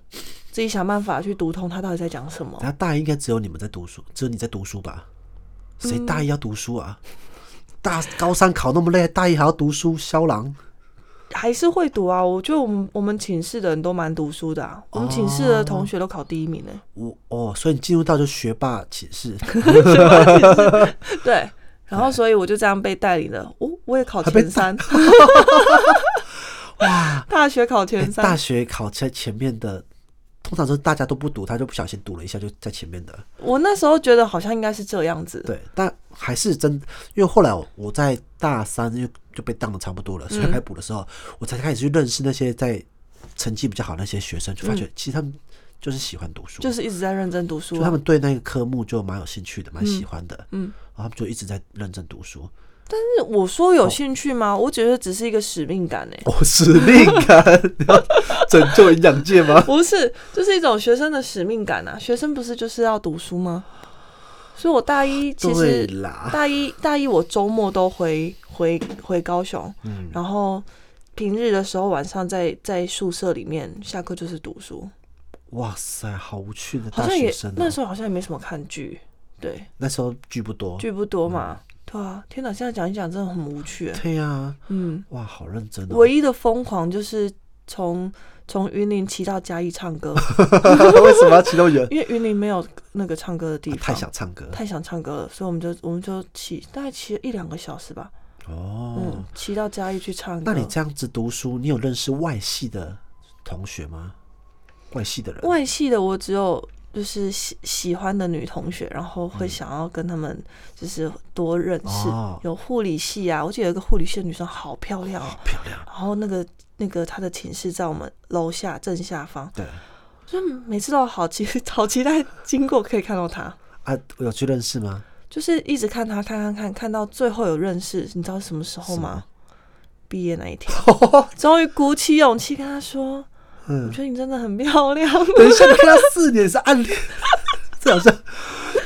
[SPEAKER 3] 自己想办法去读通他到底在讲什么
[SPEAKER 2] 等。下大一应该只有你们在读书，只有你在读书吧？
[SPEAKER 3] 嗯
[SPEAKER 2] 谁大一要读书啊？大高三考那么累，大一还要读书，肖郎。
[SPEAKER 3] 还是会读啊，我觉得我们我们寝室的人都蛮读书的啊，我们寝室的同学都考第一名呢、
[SPEAKER 2] 我哦，所以你进入到就学霸寝
[SPEAKER 3] <laughs>
[SPEAKER 2] 室，
[SPEAKER 3] 对，然后所以我就这样被带领了，哦，我也考
[SPEAKER 2] 还被 <laughs>
[SPEAKER 3] 前三，哇，大学考前
[SPEAKER 2] 哎大
[SPEAKER 3] 三，
[SPEAKER 2] 学考在前面的，通常都是大家都不读，他就不小心读了一下，就在前面的。
[SPEAKER 3] 我那时候觉得好像应该是这样子，
[SPEAKER 2] 对，但还是真，因为后来我我在大三就就被当的差不多了，
[SPEAKER 3] 嗯
[SPEAKER 2] 所以开补的时候，我才开始去认识那些在成绩比较好的那些学生，就发觉其实他们就是喜欢读书，
[SPEAKER 3] 嗯就是一直在认真读书、
[SPEAKER 2] 就他
[SPEAKER 3] 啊。
[SPEAKER 2] 们对那个科目就蛮有兴趣的，蛮喜欢的，
[SPEAKER 3] 嗯
[SPEAKER 2] 然后他们就一直在认真读书。
[SPEAKER 3] 但是我说有兴趣吗？我觉得只是一个使命感呢、欸
[SPEAKER 2] 哦，使命
[SPEAKER 3] 啊
[SPEAKER 2] 感，你要拯救营养界吗？
[SPEAKER 3] 不是，就是一种学生的使命感啊。学生不是就是要读书吗？所以我大一
[SPEAKER 2] <laughs>
[SPEAKER 3] 其
[SPEAKER 2] 对
[SPEAKER 3] 实
[SPEAKER 2] 啦，
[SPEAKER 3] 大一大一我周末都回回回高雄，
[SPEAKER 2] 嗯
[SPEAKER 3] 然后平日的时候晚上在在宿舍里面下课就是读书，
[SPEAKER 2] 哇塞，好无趣的
[SPEAKER 3] 好
[SPEAKER 2] 大
[SPEAKER 3] 像也
[SPEAKER 2] 学生、哦。
[SPEAKER 3] 那时候好像也没什么看剧，对，
[SPEAKER 2] 那时候剧不多，
[SPEAKER 3] 剧不多
[SPEAKER 2] 嗯
[SPEAKER 3] 嘛，对啊，天哪，现在讲一讲真的很无趣欸，
[SPEAKER 2] 对呀、啊，
[SPEAKER 3] 嗯，
[SPEAKER 2] 哇，好认真哦。
[SPEAKER 3] 唯一的疯狂就是从从云林骑到嘉义唱
[SPEAKER 2] <laughs>
[SPEAKER 3] 歌，
[SPEAKER 2] 为什么要骑那么
[SPEAKER 3] <laughs>
[SPEAKER 2] 远？
[SPEAKER 3] 因为云林没有那个唱歌的地
[SPEAKER 2] 啊
[SPEAKER 3] 方，
[SPEAKER 2] 太想唱歌
[SPEAKER 3] 太想唱歌了，所以我们就我们就骑大概骑了一两个小时吧，
[SPEAKER 2] 哦。
[SPEAKER 3] 嗯，骑到嘉义去唱歌。
[SPEAKER 2] 那你这样子读书，你有认识外系的同学吗？外系的人，
[SPEAKER 3] 外系的我只有就是喜喜欢的女同学，然后会想要跟她们就是多认识。
[SPEAKER 2] 嗯哦
[SPEAKER 3] 有护理系啊，我记得有一个护理系的女生好漂亮、哦，
[SPEAKER 2] 漂亮，
[SPEAKER 3] 然后那个那个她的寝室在我们楼下正下方，
[SPEAKER 2] 对
[SPEAKER 3] 就每次都好期 <laughs> 好期待经过可以看到她，
[SPEAKER 2] 啊，有去认识
[SPEAKER 3] <laughs>
[SPEAKER 2] 吗？
[SPEAKER 3] 就是一直看她看看看看到最后有认识，你知道是什么时候
[SPEAKER 2] 什么
[SPEAKER 3] 吗？毕业那一天， <laughs> 终于鼓起勇气跟她说：“我
[SPEAKER 2] 嗯，
[SPEAKER 3] 觉得你真的很漂亮。”
[SPEAKER 2] 等一下，你看他四年是暗恋， <laughs> 这好像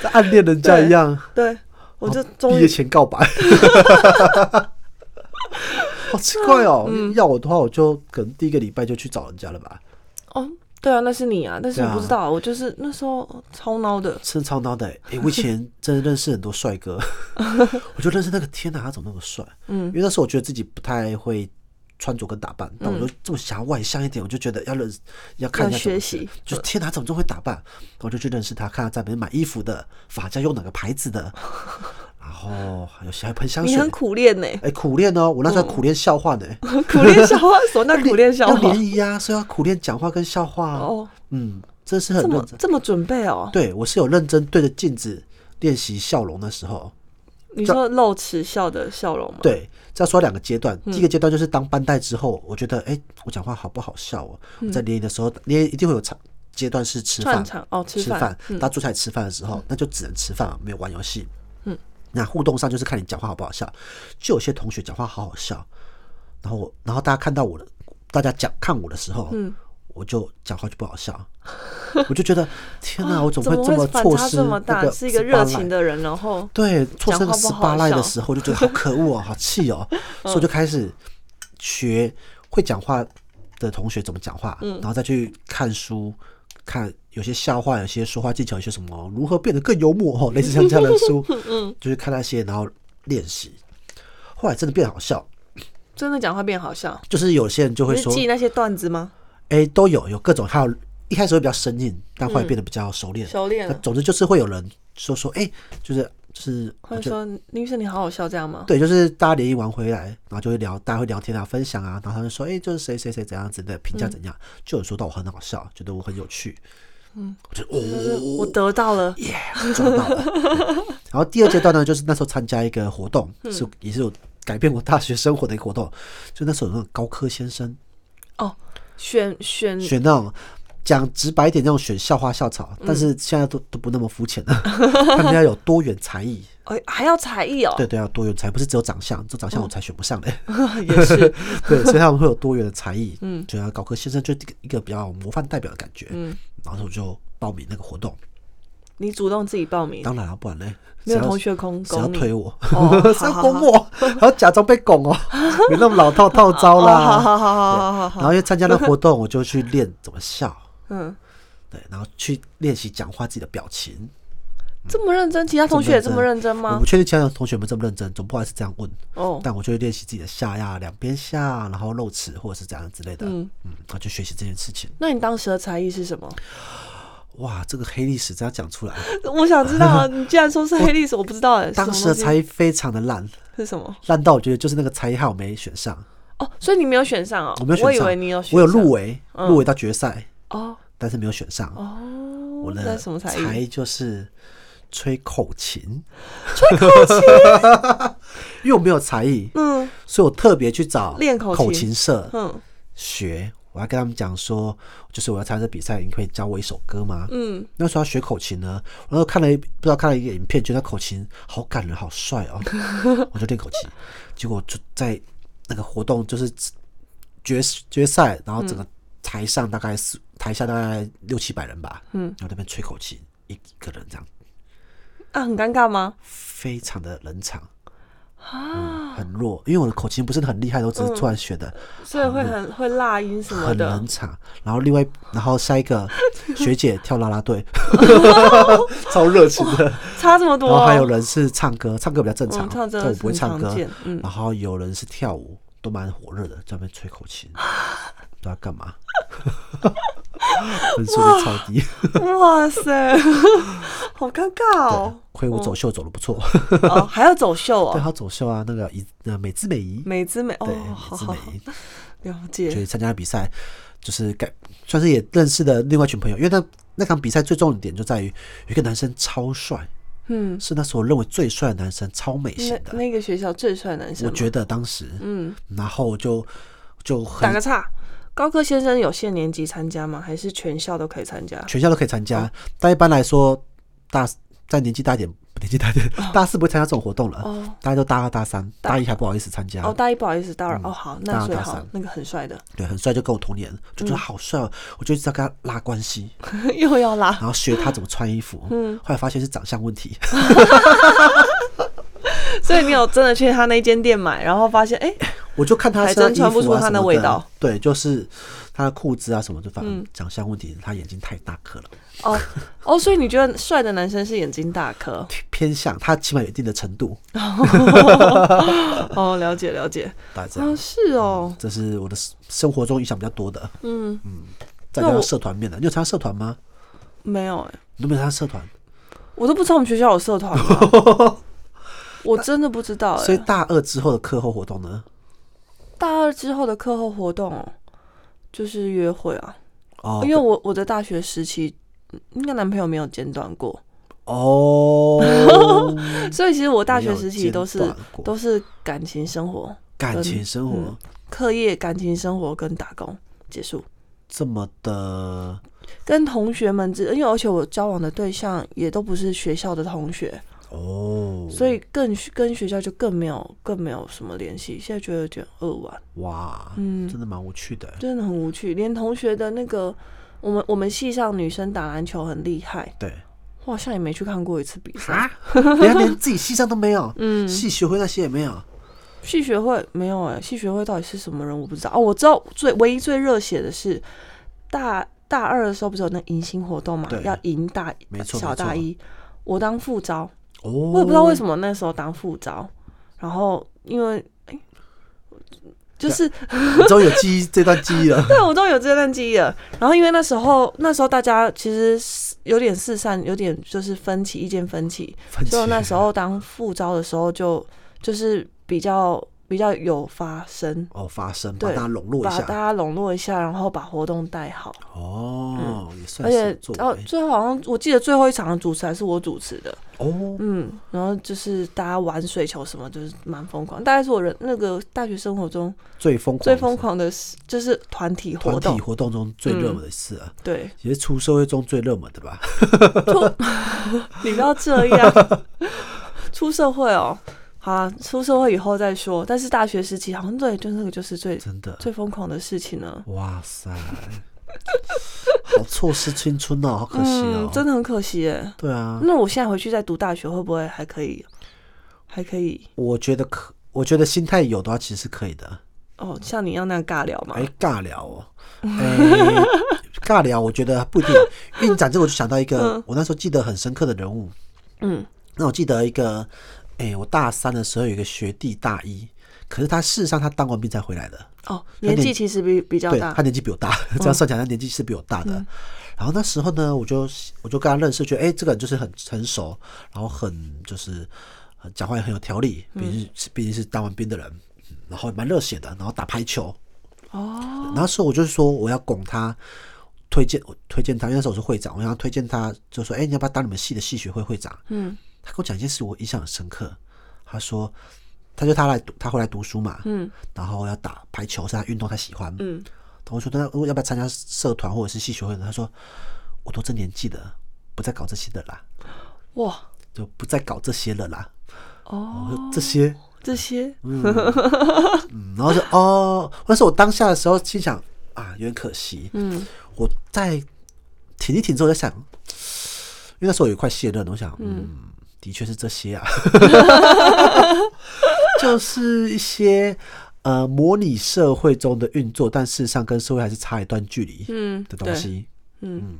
[SPEAKER 2] 在暗恋人家一样，
[SPEAKER 3] <laughs> 对，我就终
[SPEAKER 2] 哦毕
[SPEAKER 3] 于
[SPEAKER 2] 业前告白。
[SPEAKER 3] <laughs>
[SPEAKER 2] 好奇怪哦！
[SPEAKER 3] 嗯
[SPEAKER 2] 要我的话，我就可能第一个礼拜就去找人家了吧，
[SPEAKER 3] 哦，对啊，那是你啊，但是
[SPEAKER 2] 对
[SPEAKER 3] 我
[SPEAKER 2] 啊
[SPEAKER 3] 不知道，我就是那时候超孬的，
[SPEAKER 2] 真的超孬
[SPEAKER 3] <laughs>
[SPEAKER 2] 的、欸。哎、我以前真的认识很多帅哥，我就认识那个天哪，他怎么那么帅？
[SPEAKER 3] 嗯
[SPEAKER 2] 因为那时候我觉得自己不太会穿着跟打扮，但我就这么想要外向一点，我就觉得要认要看一下
[SPEAKER 3] 嗯要学
[SPEAKER 2] 怎么
[SPEAKER 3] 习
[SPEAKER 2] 是就天哪，他怎么这么会打扮？我就去认识他，看他在哪边买衣服的，发夹用哪个牌子
[SPEAKER 3] <laughs>
[SPEAKER 2] 的，然后还有喜欢喷香
[SPEAKER 3] 你
[SPEAKER 2] 水
[SPEAKER 3] 很。苦嗯练呢、 <laughs>
[SPEAKER 2] 哎、苦练哦，我那时候还苦练笑话呢、
[SPEAKER 3] 苦练笑话，
[SPEAKER 2] <laughs>
[SPEAKER 3] 什么叫苦练笑
[SPEAKER 2] 要
[SPEAKER 3] 话？
[SPEAKER 2] 联谊啊，所以要苦练讲话跟笑话啊、
[SPEAKER 3] 哦，
[SPEAKER 2] 嗯，真是很
[SPEAKER 3] 这
[SPEAKER 2] 认
[SPEAKER 3] 么
[SPEAKER 2] 真。
[SPEAKER 3] 这么准备哦？
[SPEAKER 2] 对我是有认真对着镜子练习笑容的时候，
[SPEAKER 3] 你说露齿笑的笑容吗？，
[SPEAKER 2] 对，这要说两个阶段。
[SPEAKER 3] 嗯
[SPEAKER 2] 第一个阶段就是当班带之后，我觉得哎、我讲话好不好笑哦？我在联谊的时候，联谊一定会有场阶段是吃
[SPEAKER 3] 嗯串
[SPEAKER 2] 饭，
[SPEAKER 3] 场哦，吃
[SPEAKER 2] 吃
[SPEAKER 3] 饭嗯
[SPEAKER 2] 饭，，大家坐下来吃饭的时候，那就只能吃饭，没有玩游戏。嗯，那互动上就是看你讲话好不好笑。就有些同学讲话好好笑，然后我，然后大家看到我的，大家讲看我的时候，嗯，我就讲话就不好笑。我就觉得天啊哪，我怎
[SPEAKER 3] 啊哦
[SPEAKER 2] 么
[SPEAKER 3] 怎么
[SPEAKER 2] 会这么
[SPEAKER 3] 反
[SPEAKER 2] 错
[SPEAKER 3] 差
[SPEAKER 2] 失
[SPEAKER 3] 这么
[SPEAKER 2] 那
[SPEAKER 3] 大？
[SPEAKER 2] 个
[SPEAKER 3] 是一个热
[SPEAKER 2] spotlight
[SPEAKER 3] 情的人，然后
[SPEAKER 2] 对，错
[SPEAKER 3] 讲
[SPEAKER 2] 身
[SPEAKER 3] 话
[SPEAKER 2] 十
[SPEAKER 3] 不
[SPEAKER 2] 八
[SPEAKER 3] 好
[SPEAKER 2] 赖的
[SPEAKER 3] 笑
[SPEAKER 2] 时候就觉得好可恶哦，好气
[SPEAKER 3] <laughs>
[SPEAKER 2] 哦，所以我就开始
[SPEAKER 3] 嗯
[SPEAKER 2] 学会讲话的同学怎么讲话，然后再去看书看有些笑话，有些说话技巧，有些什么如何变得更幽默
[SPEAKER 3] <laughs>
[SPEAKER 2] 哦，类似像这样的书，嗯，就是看那些，然后练习。后来真的变好笑，
[SPEAKER 3] 真的讲话变好笑，
[SPEAKER 2] 就是有些人就会
[SPEAKER 3] 你是
[SPEAKER 2] 说，
[SPEAKER 3] 记那些段子吗？
[SPEAKER 2] 哎、都有有各种，还有一开始会比较生硬，但后来变得比较熟练。
[SPEAKER 3] 熟练
[SPEAKER 2] 那
[SPEAKER 3] 了
[SPEAKER 2] 总之就是会有人说说，哎、就是就是，
[SPEAKER 3] 会
[SPEAKER 2] 我觉得
[SPEAKER 3] 说女生你好好笑这样吗？
[SPEAKER 2] 对，就是大家联谊完回来，然后就会聊，大家会聊天啊，分享啊，然后他们说，哎、就是谁谁谁怎样怎样，评价怎样，就有说到我很好笑，觉得我很有趣，嗯，我觉得
[SPEAKER 3] 就是
[SPEAKER 2] 哦，
[SPEAKER 3] 我得到了，
[SPEAKER 2] 耶，抓到了。 <laughs> 然后第二阶段呢，就是那时候参加一个活动，是也是有改变我大学生活的一个活动，就那时候有那种高科先生
[SPEAKER 3] 哦，选选
[SPEAKER 2] 选那种。讲直白一点，那种选校花校草，但是现在都都不那么肤浅了， <laughs> 他们要有多元才艺，
[SPEAKER 3] 哎还要才艺 <laughs> 哦，
[SPEAKER 2] 对对，要多元才，不是只有长相，这长相我才选不上嘞。
[SPEAKER 3] 也是
[SPEAKER 2] <laughs> 对，所以他们会有多元的才艺，嗯，就要搞科先生就一个一个比较模范代表的感觉，嗯，然后我就报名那个活动，
[SPEAKER 3] 你主动自己报名，
[SPEAKER 2] 当然啊了，不然嘞，
[SPEAKER 3] 没
[SPEAKER 2] 谁
[SPEAKER 3] 有
[SPEAKER 2] 要
[SPEAKER 3] 同学拱
[SPEAKER 2] 谁要
[SPEAKER 3] 拱你，
[SPEAKER 2] 推我， <laughs>
[SPEAKER 3] 哦
[SPEAKER 2] 谁要
[SPEAKER 3] 好好
[SPEAKER 2] 拱我，还要假装被拱
[SPEAKER 3] <laughs>
[SPEAKER 2] 哦，有那么老套套招
[SPEAKER 3] 哦，好好
[SPEAKER 2] 啦。
[SPEAKER 3] 好好好好
[SPEAKER 2] 然
[SPEAKER 3] 好，
[SPEAKER 2] 后因为参加那活动，我就去练怎么笑，
[SPEAKER 3] 嗯，
[SPEAKER 2] 对，然后去练习讲话自己的表情。
[SPEAKER 3] 这么认真，其他同学也这么认真
[SPEAKER 2] 我
[SPEAKER 3] 吗
[SPEAKER 2] 不？确定其他同学们这么认真，总不好意思这样问。
[SPEAKER 3] 哦，
[SPEAKER 2] 但我就会练习自己的下压，两边下，然后露齿或者是怎样之类的，嗯嗯，然后就学习这件事情。
[SPEAKER 3] 那你当时的才艺是什么？
[SPEAKER 2] 哇，这个黑历史这样讲出
[SPEAKER 3] <laughs>
[SPEAKER 2] 来，
[SPEAKER 3] 我想知道啊，你既然说是黑历史，我不知道哎，
[SPEAKER 2] 当时的才
[SPEAKER 3] 艺
[SPEAKER 2] 艺非常的烂，
[SPEAKER 3] 是什么？
[SPEAKER 2] 烂到我觉得就是那个才艺号没选上，
[SPEAKER 3] 哦，所以你没有选上哦，
[SPEAKER 2] 我没有选上，
[SPEAKER 3] 以为你有选上，
[SPEAKER 2] 我有入围，
[SPEAKER 3] 嗯
[SPEAKER 2] 入围到决赛，
[SPEAKER 3] 哦
[SPEAKER 2] 但是没有选上。
[SPEAKER 3] 哦，
[SPEAKER 2] 我
[SPEAKER 3] 那
[SPEAKER 2] 的
[SPEAKER 3] 什么才
[SPEAKER 2] 才
[SPEAKER 3] 艺？
[SPEAKER 2] 艺就是吹口琴，吹口 <laughs> 琴，因为我没有才艺，
[SPEAKER 3] 嗯
[SPEAKER 2] 所以我特别去找
[SPEAKER 3] 练口琴
[SPEAKER 2] 口琴社
[SPEAKER 3] 嗯
[SPEAKER 2] 学。我要跟他们讲说，就是我要参加这比赛，你可以教我一首歌吗？
[SPEAKER 3] 嗯，
[SPEAKER 2] 那时候要学口琴呢，我那时候看了一不知道看了一个影片，觉得口琴好感人，好帅
[SPEAKER 3] <laughs>
[SPEAKER 2] 哦，我就练口琴。结果就在那个活动就是决决赛，然后整个台上大概四、台下大概六七百人吧，嗯，然后那边吹口琴，一个人这样，
[SPEAKER 3] 啊，很尴尬吗？
[SPEAKER 2] 非常的冷场，嗯
[SPEAKER 3] 啊，
[SPEAKER 2] 很弱，因为我的口琴不是很厉害，我只是突然学的，
[SPEAKER 3] 所以会很会辣音什么
[SPEAKER 2] 很
[SPEAKER 3] 的
[SPEAKER 2] 冷，场。然后另外，然后下一个学姐跳啦啦
[SPEAKER 3] <laughs>
[SPEAKER 2] 队，超热情的。
[SPEAKER 3] 差这么多
[SPEAKER 2] 然后还有
[SPEAKER 3] 哦。
[SPEAKER 2] 人是唱歌，唱歌比较正常，
[SPEAKER 3] 嗯唱歌
[SPEAKER 2] 但我不会
[SPEAKER 3] 很
[SPEAKER 2] 唱
[SPEAKER 3] 常
[SPEAKER 2] 歌
[SPEAKER 3] 见。嗯
[SPEAKER 2] 然后有人是跳舞，都蛮火热的，在那边吹口
[SPEAKER 3] <laughs>
[SPEAKER 2] 琴，不知道干嘛。 <laughs> 分数率超低，<laughs>
[SPEAKER 3] 哇塞，好尴尬哦！
[SPEAKER 2] 亏我走秀走的不错。
[SPEAKER 3] 哦，还要走秀
[SPEAKER 2] <laughs> 对
[SPEAKER 3] 哦，
[SPEAKER 2] 他走秀啊，那个以呃美姿美仪，
[SPEAKER 3] 美姿美哦
[SPEAKER 2] 对，
[SPEAKER 3] 好
[SPEAKER 2] 美姿
[SPEAKER 3] 好
[SPEAKER 2] 美
[SPEAKER 3] 好
[SPEAKER 2] 仪，
[SPEAKER 3] 了
[SPEAKER 2] 所
[SPEAKER 3] 解
[SPEAKER 2] 以参加比赛就是改算是也认识的另外一群朋友，因为那那场比赛最重点就在于有一个男生超帅，
[SPEAKER 3] 嗯，
[SPEAKER 2] 是那时候我认为最帅的男生，超美型
[SPEAKER 3] 那
[SPEAKER 2] 的。
[SPEAKER 3] 那个学校最帅男生
[SPEAKER 2] 我
[SPEAKER 3] 吗，
[SPEAKER 2] 觉得当时，
[SPEAKER 3] 嗯，
[SPEAKER 2] 然后就就很
[SPEAKER 3] 打个岔，高科先生有限年级参加吗？还是全校都可以参加？
[SPEAKER 2] 全校都可以参加。
[SPEAKER 3] 哦
[SPEAKER 2] 但一般来说，大在年纪大一点，年纪大一点，大四不会参加这种活动了。
[SPEAKER 3] 哦
[SPEAKER 2] 大家都大二、大三，大一还不好意思参加。
[SPEAKER 3] 哦，大一不好意思，大二哦，好，
[SPEAKER 2] 嗯大
[SPEAKER 3] 那
[SPEAKER 2] 二
[SPEAKER 3] 最
[SPEAKER 2] 大
[SPEAKER 3] 好
[SPEAKER 2] 三
[SPEAKER 3] 那个很帅的 <laughs>
[SPEAKER 2] 对，很帅，就跟我同年，就觉
[SPEAKER 3] 嗯
[SPEAKER 2] 得好帅哦，我就一直在跟他拉关系，
[SPEAKER 3] 又要拉，
[SPEAKER 2] <laughs> 然后学他怎么穿衣服。
[SPEAKER 3] 嗯
[SPEAKER 2] 后来发现是长相问题， <laughs>
[SPEAKER 3] 所以你有真的去他那间店买，然后发现哎，
[SPEAKER 2] 我就看他
[SPEAKER 3] 还
[SPEAKER 2] 身上
[SPEAKER 3] 真穿不
[SPEAKER 2] 衣服啊
[SPEAKER 3] 出他的
[SPEAKER 2] 什么
[SPEAKER 3] 味道。嗯
[SPEAKER 2] 对，就是他的裤子啊什么，就反正长相问题，他眼睛太大颗了，
[SPEAKER 3] 哦哦，所以你觉得帅的男生是眼睛大颗？
[SPEAKER 2] 偏向他起码有一定的程度，
[SPEAKER 3] 哦，了解了解，
[SPEAKER 2] 大概这
[SPEAKER 3] 哦
[SPEAKER 2] 样。
[SPEAKER 3] 是哦，
[SPEAKER 2] 这是我的生活中影响比较多的，
[SPEAKER 3] 嗯，
[SPEAKER 2] 再加
[SPEAKER 3] 那
[SPEAKER 2] 上
[SPEAKER 3] 我
[SPEAKER 2] 社团面的。你有参加社团吗？
[SPEAKER 3] 没有哎，
[SPEAKER 2] 你都没有参加社团？
[SPEAKER 3] 我都不知道我们学校有社团啊，
[SPEAKER 2] <laughs>
[SPEAKER 3] 我真的不知道
[SPEAKER 2] 所以
[SPEAKER 3] 哎。
[SPEAKER 2] 大二之后的课后活动呢？
[SPEAKER 3] 大二之后的课后活动哦就是约会啊，
[SPEAKER 2] 哦，
[SPEAKER 3] 因为我我的大学时期，嗯应该男朋友没有间断过，
[SPEAKER 2] 哦，
[SPEAKER 3] 所以其实我 <laughs> 大
[SPEAKER 2] 没
[SPEAKER 3] 学
[SPEAKER 2] 有
[SPEAKER 3] 时期
[SPEAKER 2] 间
[SPEAKER 3] 都是
[SPEAKER 2] 断过
[SPEAKER 3] 都是感情生活、
[SPEAKER 2] 感情生活
[SPEAKER 3] 嗯课业、感情生活跟打工结束。
[SPEAKER 2] 这么的
[SPEAKER 3] 跟同学们之，因为而且我交往的对象也都不是学校的同学，
[SPEAKER 2] 哦，
[SPEAKER 3] 所以更跟学校就更没有更没有什么联系。现在觉得有点扼腕，
[SPEAKER 2] 哇，
[SPEAKER 3] 嗯
[SPEAKER 2] 真的蛮无趣的。
[SPEAKER 3] 真的很无趣。连同学的那个，我们我们系上女生打篮球很厉害，
[SPEAKER 2] 对
[SPEAKER 3] 我好像也没去看过一次比赛。
[SPEAKER 2] 啊，人家连自己系上都没有，嗯，系学会那些也没有。
[SPEAKER 3] 系学会没啊有哎、系学会到底是什么人我不知道哦。我知道最唯一最热血的是大大二的时候不是有那迎新活动嘛
[SPEAKER 2] 对，
[SPEAKER 3] 要迎大
[SPEAKER 2] 没错
[SPEAKER 3] 小
[SPEAKER 2] 没错
[SPEAKER 3] 大一，我当副招，
[SPEAKER 2] 哦，
[SPEAKER 3] 我也不知道为
[SPEAKER 2] 么，
[SPEAKER 3] 什么那时候当副招，然后因为哎就是
[SPEAKER 2] 你终于有记忆这段记忆
[SPEAKER 3] <laughs>
[SPEAKER 2] 了。
[SPEAKER 3] 对，我都有这段记忆了。然后因为那时候，那时候大家其实是有点四散，有点就是分歧，意见分歧。
[SPEAKER 2] 分
[SPEAKER 3] 所以我
[SPEAKER 2] 歧
[SPEAKER 3] 那时候当副招的时候就，就是比较比较有发声，
[SPEAKER 2] 哦发生，把
[SPEAKER 3] 对
[SPEAKER 2] 大家笼络一
[SPEAKER 3] 把大
[SPEAKER 2] 下。
[SPEAKER 3] 家笼络一下，然后把活动带好。
[SPEAKER 2] 哦，也
[SPEAKER 3] 嗯而
[SPEAKER 2] 算
[SPEAKER 3] 且
[SPEAKER 2] 是作
[SPEAKER 3] 哦，
[SPEAKER 2] 为
[SPEAKER 3] 最后好像我记得最后一场的主持还是我主持的，
[SPEAKER 2] 哦，
[SPEAKER 3] 嗯，然后就是大家玩水球什么，就是蛮疯狂。大概是我人那个大学生活中
[SPEAKER 2] 最疯狂
[SPEAKER 3] 最
[SPEAKER 2] 的
[SPEAKER 3] 疯
[SPEAKER 2] 是
[SPEAKER 3] 狂的是，就是团体活
[SPEAKER 2] 团体
[SPEAKER 3] 动，
[SPEAKER 2] 活动中最热
[SPEAKER 3] 嗯
[SPEAKER 2] 门的事啊，
[SPEAKER 3] 对。
[SPEAKER 2] 也是出社会中最热门的
[SPEAKER 3] <laughs>
[SPEAKER 2] 吧？
[SPEAKER 3] 出，你不要这样。 <laughs> 出社会哦，好啊，出社会以后再说。但是大学时期好像对，就那个就是最
[SPEAKER 2] 真的，
[SPEAKER 3] 最疯狂的事情了。
[SPEAKER 2] 哇塞，好错失青春哦，好可惜哦，
[SPEAKER 3] 嗯，真的嗯很可惜耶。
[SPEAKER 2] 对啊，
[SPEAKER 3] 那我现在回去再读大学，会不会还可以？还可以
[SPEAKER 2] 我觉得可，我觉得心态有的话，其实是可以的。
[SPEAKER 3] 哦，像你一样那样尬聊嘛
[SPEAKER 2] 哎、？尬聊
[SPEAKER 3] <laughs>
[SPEAKER 2] 哦，哎、尬聊，我觉得不一定。运展这个我就想到一个，我那时候记得很深刻的人物。
[SPEAKER 3] 嗯，
[SPEAKER 2] 那我记得一个，哎、我大三的时候有一个学弟大一，可是他事实上他当完兵才回来的。
[SPEAKER 3] 哦，
[SPEAKER 2] 那你
[SPEAKER 3] 年纪其实比比较
[SPEAKER 2] 对
[SPEAKER 3] 大嗯
[SPEAKER 2] 他。年纪比我大， <laughs> 这样算起来他年纪是比我大的。然后那时候呢，我就我就跟他认识，觉得哎、这个人就是很成熟，然后很就是呃讲话也很有条理，毕
[SPEAKER 3] 嗯
[SPEAKER 2] 竟是毕竟是当完兵的人，嗯然后也蛮热血的，然后打排球。
[SPEAKER 3] 哦，
[SPEAKER 2] 那时候我就说我要拱他。推荐我推荐他，因为那时候我是会长，我想推荐他，就说：“哎、你要不要当你们系的系学会会长？”
[SPEAKER 3] 嗯
[SPEAKER 2] 他跟我讲一件事，我印象很深刻。他说，他就他来读，他回来读书嘛，
[SPEAKER 3] 嗯
[SPEAKER 2] 然后要打排球，是他运动，他喜欢。
[SPEAKER 3] 嗯，
[SPEAKER 2] 我说那要不要参加社团或者是系学会呢？他说我都这年纪了，不再搞这些的啦，
[SPEAKER 3] 哇
[SPEAKER 2] 就不再搞这些了啦。
[SPEAKER 3] 哦，
[SPEAKER 2] 我说这些，
[SPEAKER 3] 这些
[SPEAKER 2] 嗯，然后说哦，那时候我当下的时候心想啊，有点可惜。
[SPEAKER 3] <laughs> 嗯
[SPEAKER 2] 我在挺一挺之后，在想，因为那时候有一块蟹论，我想，嗯，的确是这些啊， <laughs> 就是一些呃模拟社会中的运作，但事实上跟社会还是差一段距离
[SPEAKER 3] 嗯
[SPEAKER 2] 的东
[SPEAKER 3] 对
[SPEAKER 2] 西。
[SPEAKER 3] 嗯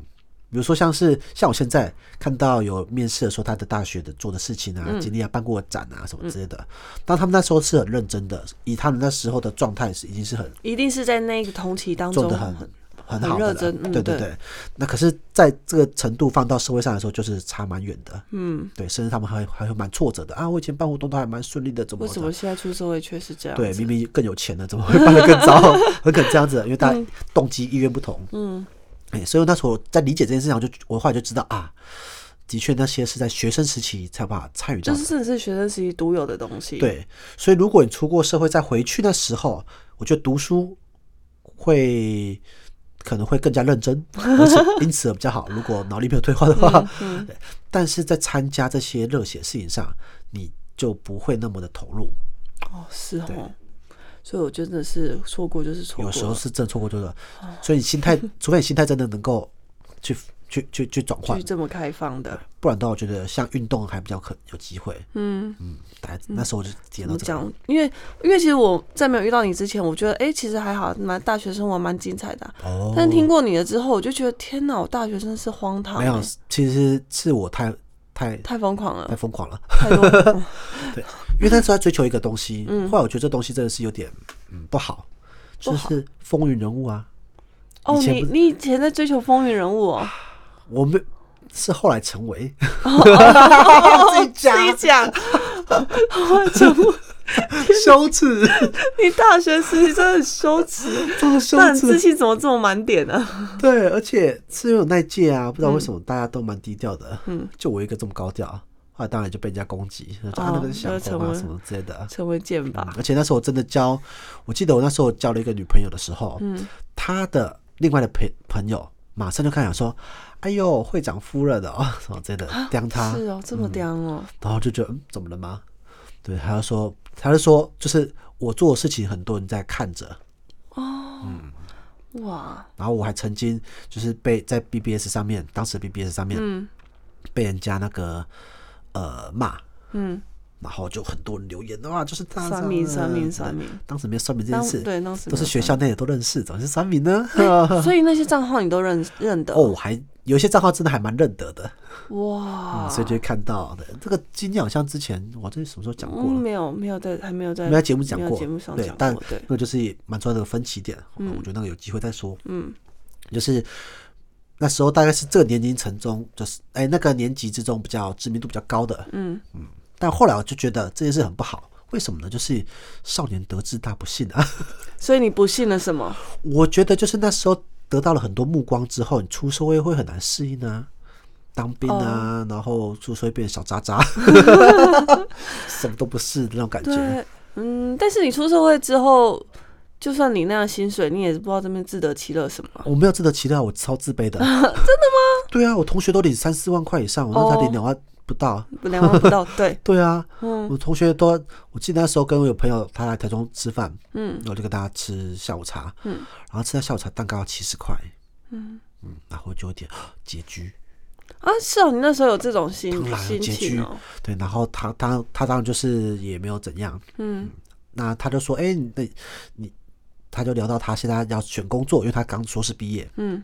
[SPEAKER 2] 比如说像是像我现在看到有面试的时候，他的大学的做的事情啊、
[SPEAKER 3] 嗯
[SPEAKER 2] 经历啊、办过的展啊什么之类的，但他们那时候是很认真的，以他们那时候的状态是已经是很
[SPEAKER 3] 一定是在那个同期当
[SPEAKER 2] 做
[SPEAKER 3] 中
[SPEAKER 2] 的很很好
[SPEAKER 3] 很
[SPEAKER 2] 的
[SPEAKER 3] 认
[SPEAKER 2] 了，
[SPEAKER 3] 真嗯
[SPEAKER 2] 对对
[SPEAKER 3] 对
[SPEAKER 2] 对。那可是在这个程度放到社会上来说，就是差蛮远的，
[SPEAKER 3] 嗯，
[SPEAKER 2] 对，甚至他们还还会蛮挫折的啊！我以前办活动都还蛮顺利的，怎么
[SPEAKER 3] 为什么现在出社会却是这样？
[SPEAKER 2] 对，明明更有钱了，怎么会办的更糟？ <laughs> 很可能这样子，因为大家动机意愿不同。
[SPEAKER 3] 嗯，
[SPEAKER 2] 哎、所以那时候我在理解这件事情，我就我后来就知道啊，的确那些是在学生时期才有办法参与到
[SPEAKER 3] 就
[SPEAKER 2] 的。
[SPEAKER 3] 是甚至是学生时期独有的东西。，
[SPEAKER 2] 对，所以如果你出过社会再回去的时候，我觉得读书会可能会更加认
[SPEAKER 3] <laughs>
[SPEAKER 2] 真，而且因此比较好。如果脑力没有退化的话，<laughs>
[SPEAKER 3] 嗯
[SPEAKER 2] 对但是在参加这些热血事情上，你就不会那么的投入。
[SPEAKER 3] 哦，是
[SPEAKER 2] 对
[SPEAKER 3] 哦。所以我真的是错过就是错过
[SPEAKER 2] 有
[SPEAKER 3] 了，哦
[SPEAKER 2] 时候是真的错过就是了，所以你心
[SPEAKER 3] <laughs>
[SPEAKER 2] 态，除非你心态真的能够去去去去转换
[SPEAKER 3] 去，这么开放的，
[SPEAKER 2] 不然的话，我觉得像运动还比较可有机会。
[SPEAKER 3] 嗯，
[SPEAKER 2] 嗯，大家那时候我就体验
[SPEAKER 3] 怎
[SPEAKER 2] 到
[SPEAKER 3] 么
[SPEAKER 2] 这个。
[SPEAKER 3] 讲？因为因为其实我在没有遇到你之前，我觉得哎、诶其实还好，蛮大学生活蛮精彩的啊、
[SPEAKER 2] 哦，
[SPEAKER 3] 但听过你了之后，我就觉得天哪，我大学生是荒唐、
[SPEAKER 2] 没有
[SPEAKER 3] 诶，
[SPEAKER 2] 其实是我太太
[SPEAKER 3] <laughs> 太疯狂
[SPEAKER 2] 太
[SPEAKER 3] 了，
[SPEAKER 2] 疯狂了。
[SPEAKER 3] 太多
[SPEAKER 2] <laughs>
[SPEAKER 3] 嗯
[SPEAKER 2] 因为那时候在追求一个东西，后来我觉得这东西真的是有点嗯不好，就
[SPEAKER 3] 不好
[SPEAKER 2] 是风云人物啊，
[SPEAKER 3] 哦，
[SPEAKER 2] 以前
[SPEAKER 3] 你
[SPEAKER 2] 不是
[SPEAKER 3] 你以前在追求风云人物
[SPEAKER 2] <laughs>
[SPEAKER 3] 哦，
[SPEAKER 2] 我们是后来成
[SPEAKER 3] <laughs>
[SPEAKER 2] 为，
[SPEAKER 3] 自己
[SPEAKER 2] 哦
[SPEAKER 3] 讲自己讲，我讲不
[SPEAKER 2] 羞
[SPEAKER 3] <laughs>
[SPEAKER 2] 耻，
[SPEAKER 3] 你大学时期真的很羞耻，
[SPEAKER 2] 这么羞
[SPEAKER 3] 那你自
[SPEAKER 2] 耻，
[SPEAKER 3] 信怎么这么满点呢、 <laughs> 啊？
[SPEAKER 2] 对，而且是因为有那一届啊，不知道为什么大家都蛮低调的，
[SPEAKER 3] 嗯，
[SPEAKER 2] 就我一个这么高调，后来当然就被人家攻击，就说啊
[SPEAKER 3] 哦
[SPEAKER 2] 那个是小
[SPEAKER 3] 就成
[SPEAKER 2] 红啊
[SPEAKER 3] 为
[SPEAKER 2] 什么之类的。
[SPEAKER 3] 成为剑
[SPEAKER 2] 嗯
[SPEAKER 3] 吧，
[SPEAKER 2] 而且那时候我真的交，我记得我那时候交了一个女朋友的时候，
[SPEAKER 3] 嗯，
[SPEAKER 2] 她的另外的朋朋友马上就开始讲说：“哎呦，会长夫人的哦，什么之类的，刁她。”
[SPEAKER 3] 是哦，这么
[SPEAKER 2] 嗯
[SPEAKER 3] 刁哦，
[SPEAKER 2] 然后就觉得嗯，怎么了吗？对，他就说，他就说，就是我做的事情很多人在看着，
[SPEAKER 3] 哇，
[SPEAKER 2] 然后我还曾经就是被在 BBS 上面，当时 BBS 上面
[SPEAKER 3] 嗯
[SPEAKER 2] 被人家那个呃骂，
[SPEAKER 3] 嗯，
[SPEAKER 2] 然后就很多人留言哇，就是他
[SPEAKER 3] 酸民酸民酸民
[SPEAKER 2] 当时没有酸民这件
[SPEAKER 3] 当
[SPEAKER 2] 事，
[SPEAKER 3] 对当时
[SPEAKER 2] 都是
[SPEAKER 3] 没有
[SPEAKER 2] 学校内的都认识，怎么是酸民
[SPEAKER 3] <laughs>
[SPEAKER 2] 呢？
[SPEAKER 3] 酸民，所以那些账号你都认认得
[SPEAKER 2] <laughs> 哦，我还有一些账号真的还蛮认得的，
[SPEAKER 3] 哇哦
[SPEAKER 2] 嗯，所以就会看到的。这个经验好像之前我这什么时候讲过
[SPEAKER 3] 嗯
[SPEAKER 2] 了？
[SPEAKER 3] 没有没有在还没有在
[SPEAKER 2] 没在节目讲
[SPEAKER 3] 没有
[SPEAKER 2] 过，
[SPEAKER 3] 节目上
[SPEAKER 2] 对
[SPEAKER 3] 讲，
[SPEAKER 2] 但
[SPEAKER 3] 过对
[SPEAKER 2] 那个就是也蛮重要的一个分歧点，哦我觉得那个有机会再说。
[SPEAKER 3] 嗯
[SPEAKER 2] 就是那时候大概是这个年龄层中，就是哎那个年级之中比较知名度比较高的，
[SPEAKER 3] 嗯
[SPEAKER 2] 但后来我就觉得这件事很不好，为什么呢？就是少年得志大不幸啊！
[SPEAKER 3] 所以你不信了什么？
[SPEAKER 2] 我觉得就是那时候得到了很多目光之后，你出社会会很难适应啊，当兵啊，
[SPEAKER 3] 哦
[SPEAKER 2] 然后出社会变小渣
[SPEAKER 3] <laughs>
[SPEAKER 2] 渣，什么都不是的那种感觉。
[SPEAKER 3] 对，嗯，但是你出社会之后，就算你那样薪水，你也不知道这边自得其乐什么啊。
[SPEAKER 2] 我没有自得其乐，我超自
[SPEAKER 3] <laughs>
[SPEAKER 2] 卑的。真的吗？对啊，我同学都领三四万块以上，我
[SPEAKER 3] 哦
[SPEAKER 2] 那才领两万不到。
[SPEAKER 3] 两万
[SPEAKER 2] <laughs>
[SPEAKER 3] 不到，对，
[SPEAKER 2] 对啊，
[SPEAKER 3] 嗯
[SPEAKER 2] 我同学都，我记得那时候跟我有朋友，他来台中吃饭，
[SPEAKER 3] 嗯
[SPEAKER 2] 然后就跟大家吃下午茶，
[SPEAKER 3] 嗯，
[SPEAKER 2] 然后吃到下午茶蛋糕要七十块，
[SPEAKER 3] 嗯
[SPEAKER 2] 嗯，然后就有点啊拮据，
[SPEAKER 3] 啊，是哦，你那时候有这种心
[SPEAKER 2] 当然有
[SPEAKER 3] 心
[SPEAKER 2] 拮
[SPEAKER 3] 情
[SPEAKER 2] 据
[SPEAKER 3] 哦，，
[SPEAKER 2] 对，然后他当他当然就是也没有怎样，
[SPEAKER 3] 嗯
[SPEAKER 2] 那他就说，哎、你那你，他就聊到他现在要选工作，因为他刚硕士毕业，
[SPEAKER 3] 嗯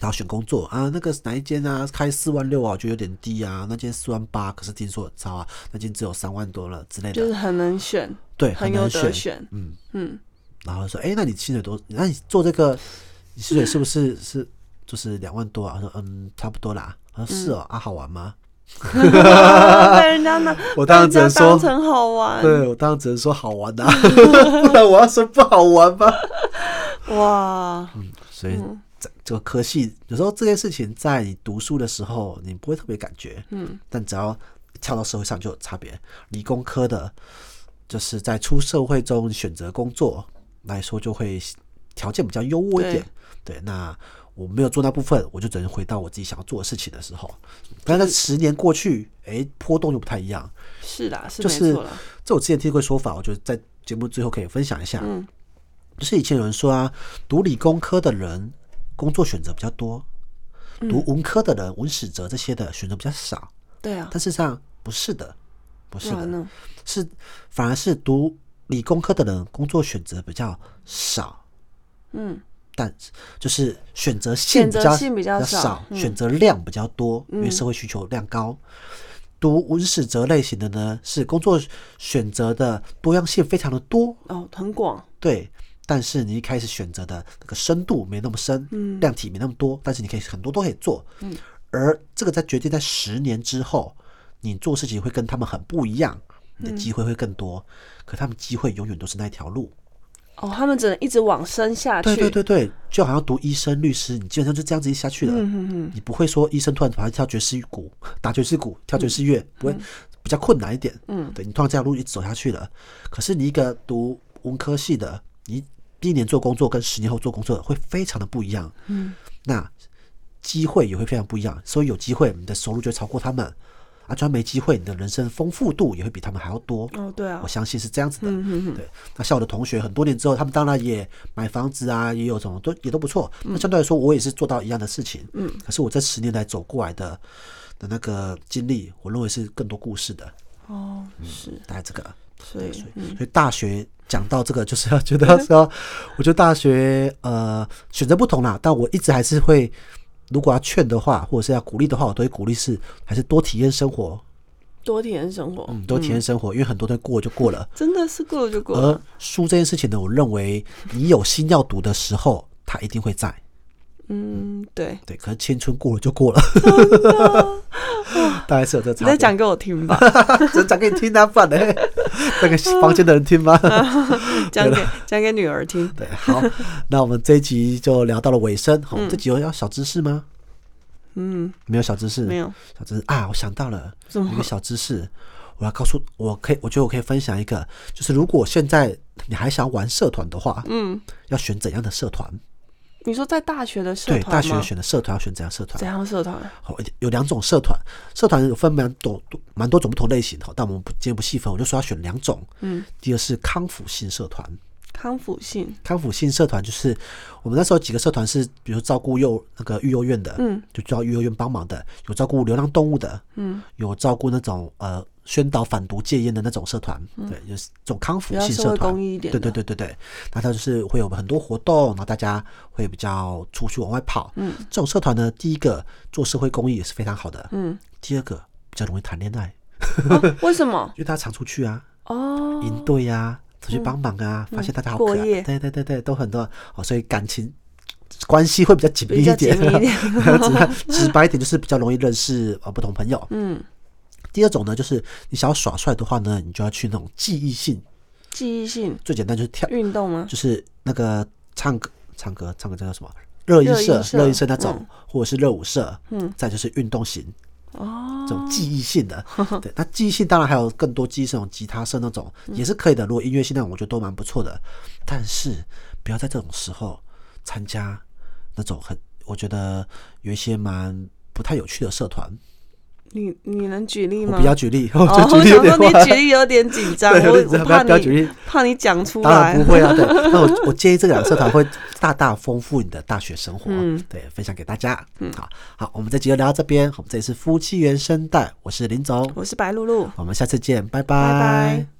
[SPEAKER 2] 然后选工作啊，那个哪一间啊，开四万六啊，我觉得有点低啊，那间四万八，可是听说很超啊，那间只有三万多了之类
[SPEAKER 3] 就是
[SPEAKER 2] 的，
[SPEAKER 3] 很能选，
[SPEAKER 2] 对，
[SPEAKER 3] 很
[SPEAKER 2] 很
[SPEAKER 3] 有
[SPEAKER 2] 难
[SPEAKER 3] 得
[SPEAKER 2] 选， <laughs>
[SPEAKER 3] 选，
[SPEAKER 2] 嗯。
[SPEAKER 3] 嗯，
[SPEAKER 2] 然后说，哎、那你薪水多？那你做这个，你薪水是不是是就是两万多啊？我说，嗯，差不多啦。他
[SPEAKER 3] 嗯
[SPEAKER 2] 说是哦，啊，好玩吗？
[SPEAKER 3] 啊被人家拿，
[SPEAKER 2] 我
[SPEAKER 3] 被
[SPEAKER 2] 当然
[SPEAKER 3] 人
[SPEAKER 2] 只能
[SPEAKER 3] 家
[SPEAKER 2] 说，
[SPEAKER 3] 当成好玩，
[SPEAKER 2] 对我当然只能说好玩
[SPEAKER 3] <laughs>
[SPEAKER 2] 呐、不然我要说不好玩吗？
[SPEAKER 3] 哇，
[SPEAKER 2] <laughs> 所以
[SPEAKER 3] 嗯
[SPEAKER 2] 这这个科系，有时候这件事情在你读书的时候，你不会特别感觉，
[SPEAKER 3] 嗯，
[SPEAKER 2] 但只要跳到社会上就有差别。理工科的，就是在出社会中选择工作来说，就会条件比较优渥一点。对，那我没有做那部分，我就只能回到我自己想要做的事情的时候。但是十年过去，诶，波动就不太一样。
[SPEAKER 3] 是啦，是
[SPEAKER 2] 就
[SPEAKER 3] 没
[SPEAKER 2] 是
[SPEAKER 3] 错啦，
[SPEAKER 2] 这我之前听过说法，我觉得在节目最后可以分享一下。
[SPEAKER 3] 嗯，
[SPEAKER 2] 就是以前有人说啊，读理工科的人工作选择比较多，读文科的人、文史哲这些的选择比较少。
[SPEAKER 3] 对啊
[SPEAKER 2] 但，事实上不是的，不是
[SPEAKER 3] 不然
[SPEAKER 2] 的，
[SPEAKER 3] 呢，
[SPEAKER 2] 是反而是读理工科的人工作选择比较少，
[SPEAKER 3] 嗯，
[SPEAKER 2] 但就是选择
[SPEAKER 3] 选
[SPEAKER 2] 性比
[SPEAKER 3] 择
[SPEAKER 2] 较
[SPEAKER 3] 性比较少
[SPEAKER 2] 少，
[SPEAKER 3] 嗯
[SPEAKER 2] 选择量比较多，因为社会需求量高。读文史哲类型的呢，是工作选择的多样性非常的多，
[SPEAKER 3] 哦，很广，
[SPEAKER 2] 对，但是你一开始选择的那个深度没那么深，
[SPEAKER 3] 嗯
[SPEAKER 2] 量体没那么多，但是你可以很多都可以做，
[SPEAKER 3] 嗯，
[SPEAKER 2] 而这个在决定在十年之后，你做事情会跟他们很不一样，你
[SPEAKER 3] 嗯
[SPEAKER 2] 的机会会更多，可他们机会永远都是那一条路，
[SPEAKER 3] 哦，他们只能一直往深下去，
[SPEAKER 2] 对对对对，就好像读医生、律师，你基本上就这样子一下去了，
[SPEAKER 3] 嗯哼哼，
[SPEAKER 2] 你不会说医生突然跑去跳爵士鼓、 <laughs> 打爵士鼓、跳爵士乐，不会比较困难一点。
[SPEAKER 3] 嗯，
[SPEAKER 2] 对你突然这条路一直走下去了。可是你一个读文科系的，你第一年做工作跟十年后做工作会非常的不一样。
[SPEAKER 3] 嗯，
[SPEAKER 2] 那机会也会非常不一样，所以有机会你的收入就会超过他们，啊，就算没机会，你的人生丰富度也会比他们还要多。
[SPEAKER 3] 哦，对啊
[SPEAKER 2] 我，相信是这样子的。
[SPEAKER 3] 嗯哼哼，
[SPEAKER 2] 对，那像我的同学，很多年之后，他们当然也买房子啊，也有什么都也都不错。
[SPEAKER 3] 嗯
[SPEAKER 2] 那相对来说，我也是做到一样的事情。嗯，可是我这十年来走过来的的那个经历，我认为是更多故事的。
[SPEAKER 3] 哦，是，
[SPEAKER 2] 大概这个，
[SPEAKER 3] 所以
[SPEAKER 2] 嗯所以、
[SPEAKER 3] 嗯
[SPEAKER 2] 所以大学讲到这个，就是要 <laughs> 觉得要说，我觉得大学呃选择不同啦，但我一直还是会，如果要劝的话，或者是要鼓励的话，我都会鼓励是还是多体验生活，
[SPEAKER 3] 多体验生活，
[SPEAKER 2] 嗯，多体验生活，因为很多东西过就过了。
[SPEAKER 3] 真的是过了就过了，
[SPEAKER 2] 而书这件事情呢，我认为你有心要读的时候，它一定会在。
[SPEAKER 3] 嗯，对，
[SPEAKER 2] 对，可是青春过了就过了， <laughs> 大概是有这个
[SPEAKER 3] 你
[SPEAKER 2] 差别。<laughs>
[SPEAKER 3] 再讲给我听吧，
[SPEAKER 2] 只能讲给你听啊，不
[SPEAKER 3] <laughs>
[SPEAKER 2] 然呢，那个房间的人听吗？
[SPEAKER 3] 嗯讲给讲给女儿听，
[SPEAKER 2] <laughs> 对，好，那我们这一集就聊到了尾声。好，这集有要小知识吗？
[SPEAKER 3] 嗯，
[SPEAKER 2] 没有小知识，
[SPEAKER 3] 没有
[SPEAKER 2] 小知识啊！我想到了，
[SPEAKER 3] 什
[SPEAKER 2] 有
[SPEAKER 3] 么
[SPEAKER 2] 一个小知识，我要告诉，我可以，我觉得我可以分享一个，就是如果现在你还想玩社团的话，
[SPEAKER 3] 嗯，
[SPEAKER 2] 要选怎样的社团？
[SPEAKER 3] 你说在大学的社
[SPEAKER 2] 对，
[SPEAKER 3] 团
[SPEAKER 2] 大学
[SPEAKER 3] 吗
[SPEAKER 2] 选的社团要选怎样社团
[SPEAKER 3] 怎？样社团？
[SPEAKER 2] 好，有两种社团，社团有分蛮多多蛮多种不同类型哈，但我们不今天不细分，我就说要选两种。
[SPEAKER 3] 嗯，
[SPEAKER 2] 第一个是康复性社团，
[SPEAKER 3] 康复性，
[SPEAKER 2] 康复性社团就是我们那时候几个社团是，比如照顾幼那个育幼院的，
[SPEAKER 3] 嗯，
[SPEAKER 2] 就到育幼院帮忙的，有照顾流浪动物的，
[SPEAKER 3] 嗯，
[SPEAKER 2] 有照顾那种呃宣导反毒戒烟的那种社团，对，就是这种康复
[SPEAKER 3] 嗯比较
[SPEAKER 2] 性
[SPEAKER 3] 社
[SPEAKER 2] 社
[SPEAKER 3] 会
[SPEAKER 2] 团，
[SPEAKER 3] 公益一点
[SPEAKER 2] 对
[SPEAKER 3] 的
[SPEAKER 2] 对对对对。那它就是会有很多活动，然后大家会比较出去往外跑。嗯，这种社团呢，第一个做社会公益也是非常好的。 <laughs>
[SPEAKER 3] 嗯，
[SPEAKER 2] 第二个比较容易谈恋爱，
[SPEAKER 3] 哦为什么？
[SPEAKER 2] 因为大家常出去啊，
[SPEAKER 3] 哦，嗯
[SPEAKER 2] 营队呀、出去帮忙啊，发现大家好可
[SPEAKER 3] 过
[SPEAKER 2] 爱，
[SPEAKER 3] 夜
[SPEAKER 2] 对对对对，都很多哦，所以感情关系会比较紧密
[SPEAKER 3] 比较
[SPEAKER 2] 一
[SPEAKER 3] 紧
[SPEAKER 2] 点。
[SPEAKER 3] 密一点。
[SPEAKER 2] 直 <laughs> 直白一点就是比较容易认识呃不同朋友。
[SPEAKER 3] <laughs> 嗯，
[SPEAKER 2] 第二种呢，就是你想要耍帅的话呢，你就要去那种记忆性，
[SPEAKER 3] 记忆性
[SPEAKER 2] 最简单就是跳，
[SPEAKER 3] 运动吗？
[SPEAKER 2] 就是那个唱歌、唱歌、唱歌叫做什么？热音社
[SPEAKER 3] 热音、社
[SPEAKER 2] 热音社那种，
[SPEAKER 3] 嗯
[SPEAKER 2] 或者是热舞社，嗯，再就是运动型，
[SPEAKER 3] 哦，
[SPEAKER 2] 这种记忆性的，对，那记忆性当然还有更多记忆性，那种吉他社那种
[SPEAKER 3] 嗯
[SPEAKER 2] 也是可以的。如果音乐性那种，我觉得都蛮不错的。但是不要在这种时候参加那种很，我觉得有一些蛮不太有趣的社团。
[SPEAKER 3] 你你能举例
[SPEAKER 2] 我
[SPEAKER 3] 吗？
[SPEAKER 2] 不要举例， <laughs> 我
[SPEAKER 3] 哦，
[SPEAKER 2] 就
[SPEAKER 3] 我
[SPEAKER 2] 举例有
[SPEAKER 3] 想
[SPEAKER 2] 点
[SPEAKER 3] 说
[SPEAKER 2] 坏
[SPEAKER 3] 你举例有点紧张，
[SPEAKER 2] <laughs> 对，
[SPEAKER 3] 我
[SPEAKER 2] 有点紧张
[SPEAKER 3] 我
[SPEAKER 2] 不要
[SPEAKER 3] 怕
[SPEAKER 2] 不要举
[SPEAKER 3] 你
[SPEAKER 2] 例。
[SPEAKER 3] 怕你讲出
[SPEAKER 2] 当然
[SPEAKER 3] 来
[SPEAKER 2] 不。会啊，对。那我我建议这两个社团会大大丰富你的大学生活，
[SPEAKER 3] 嗯
[SPEAKER 2] 对，分享给大家。好好，我们这集就聊到这边。我们这里是夫妻原声带，我是林总，
[SPEAKER 3] 我是白露露。
[SPEAKER 2] 我们下次见，拜
[SPEAKER 3] 拜拜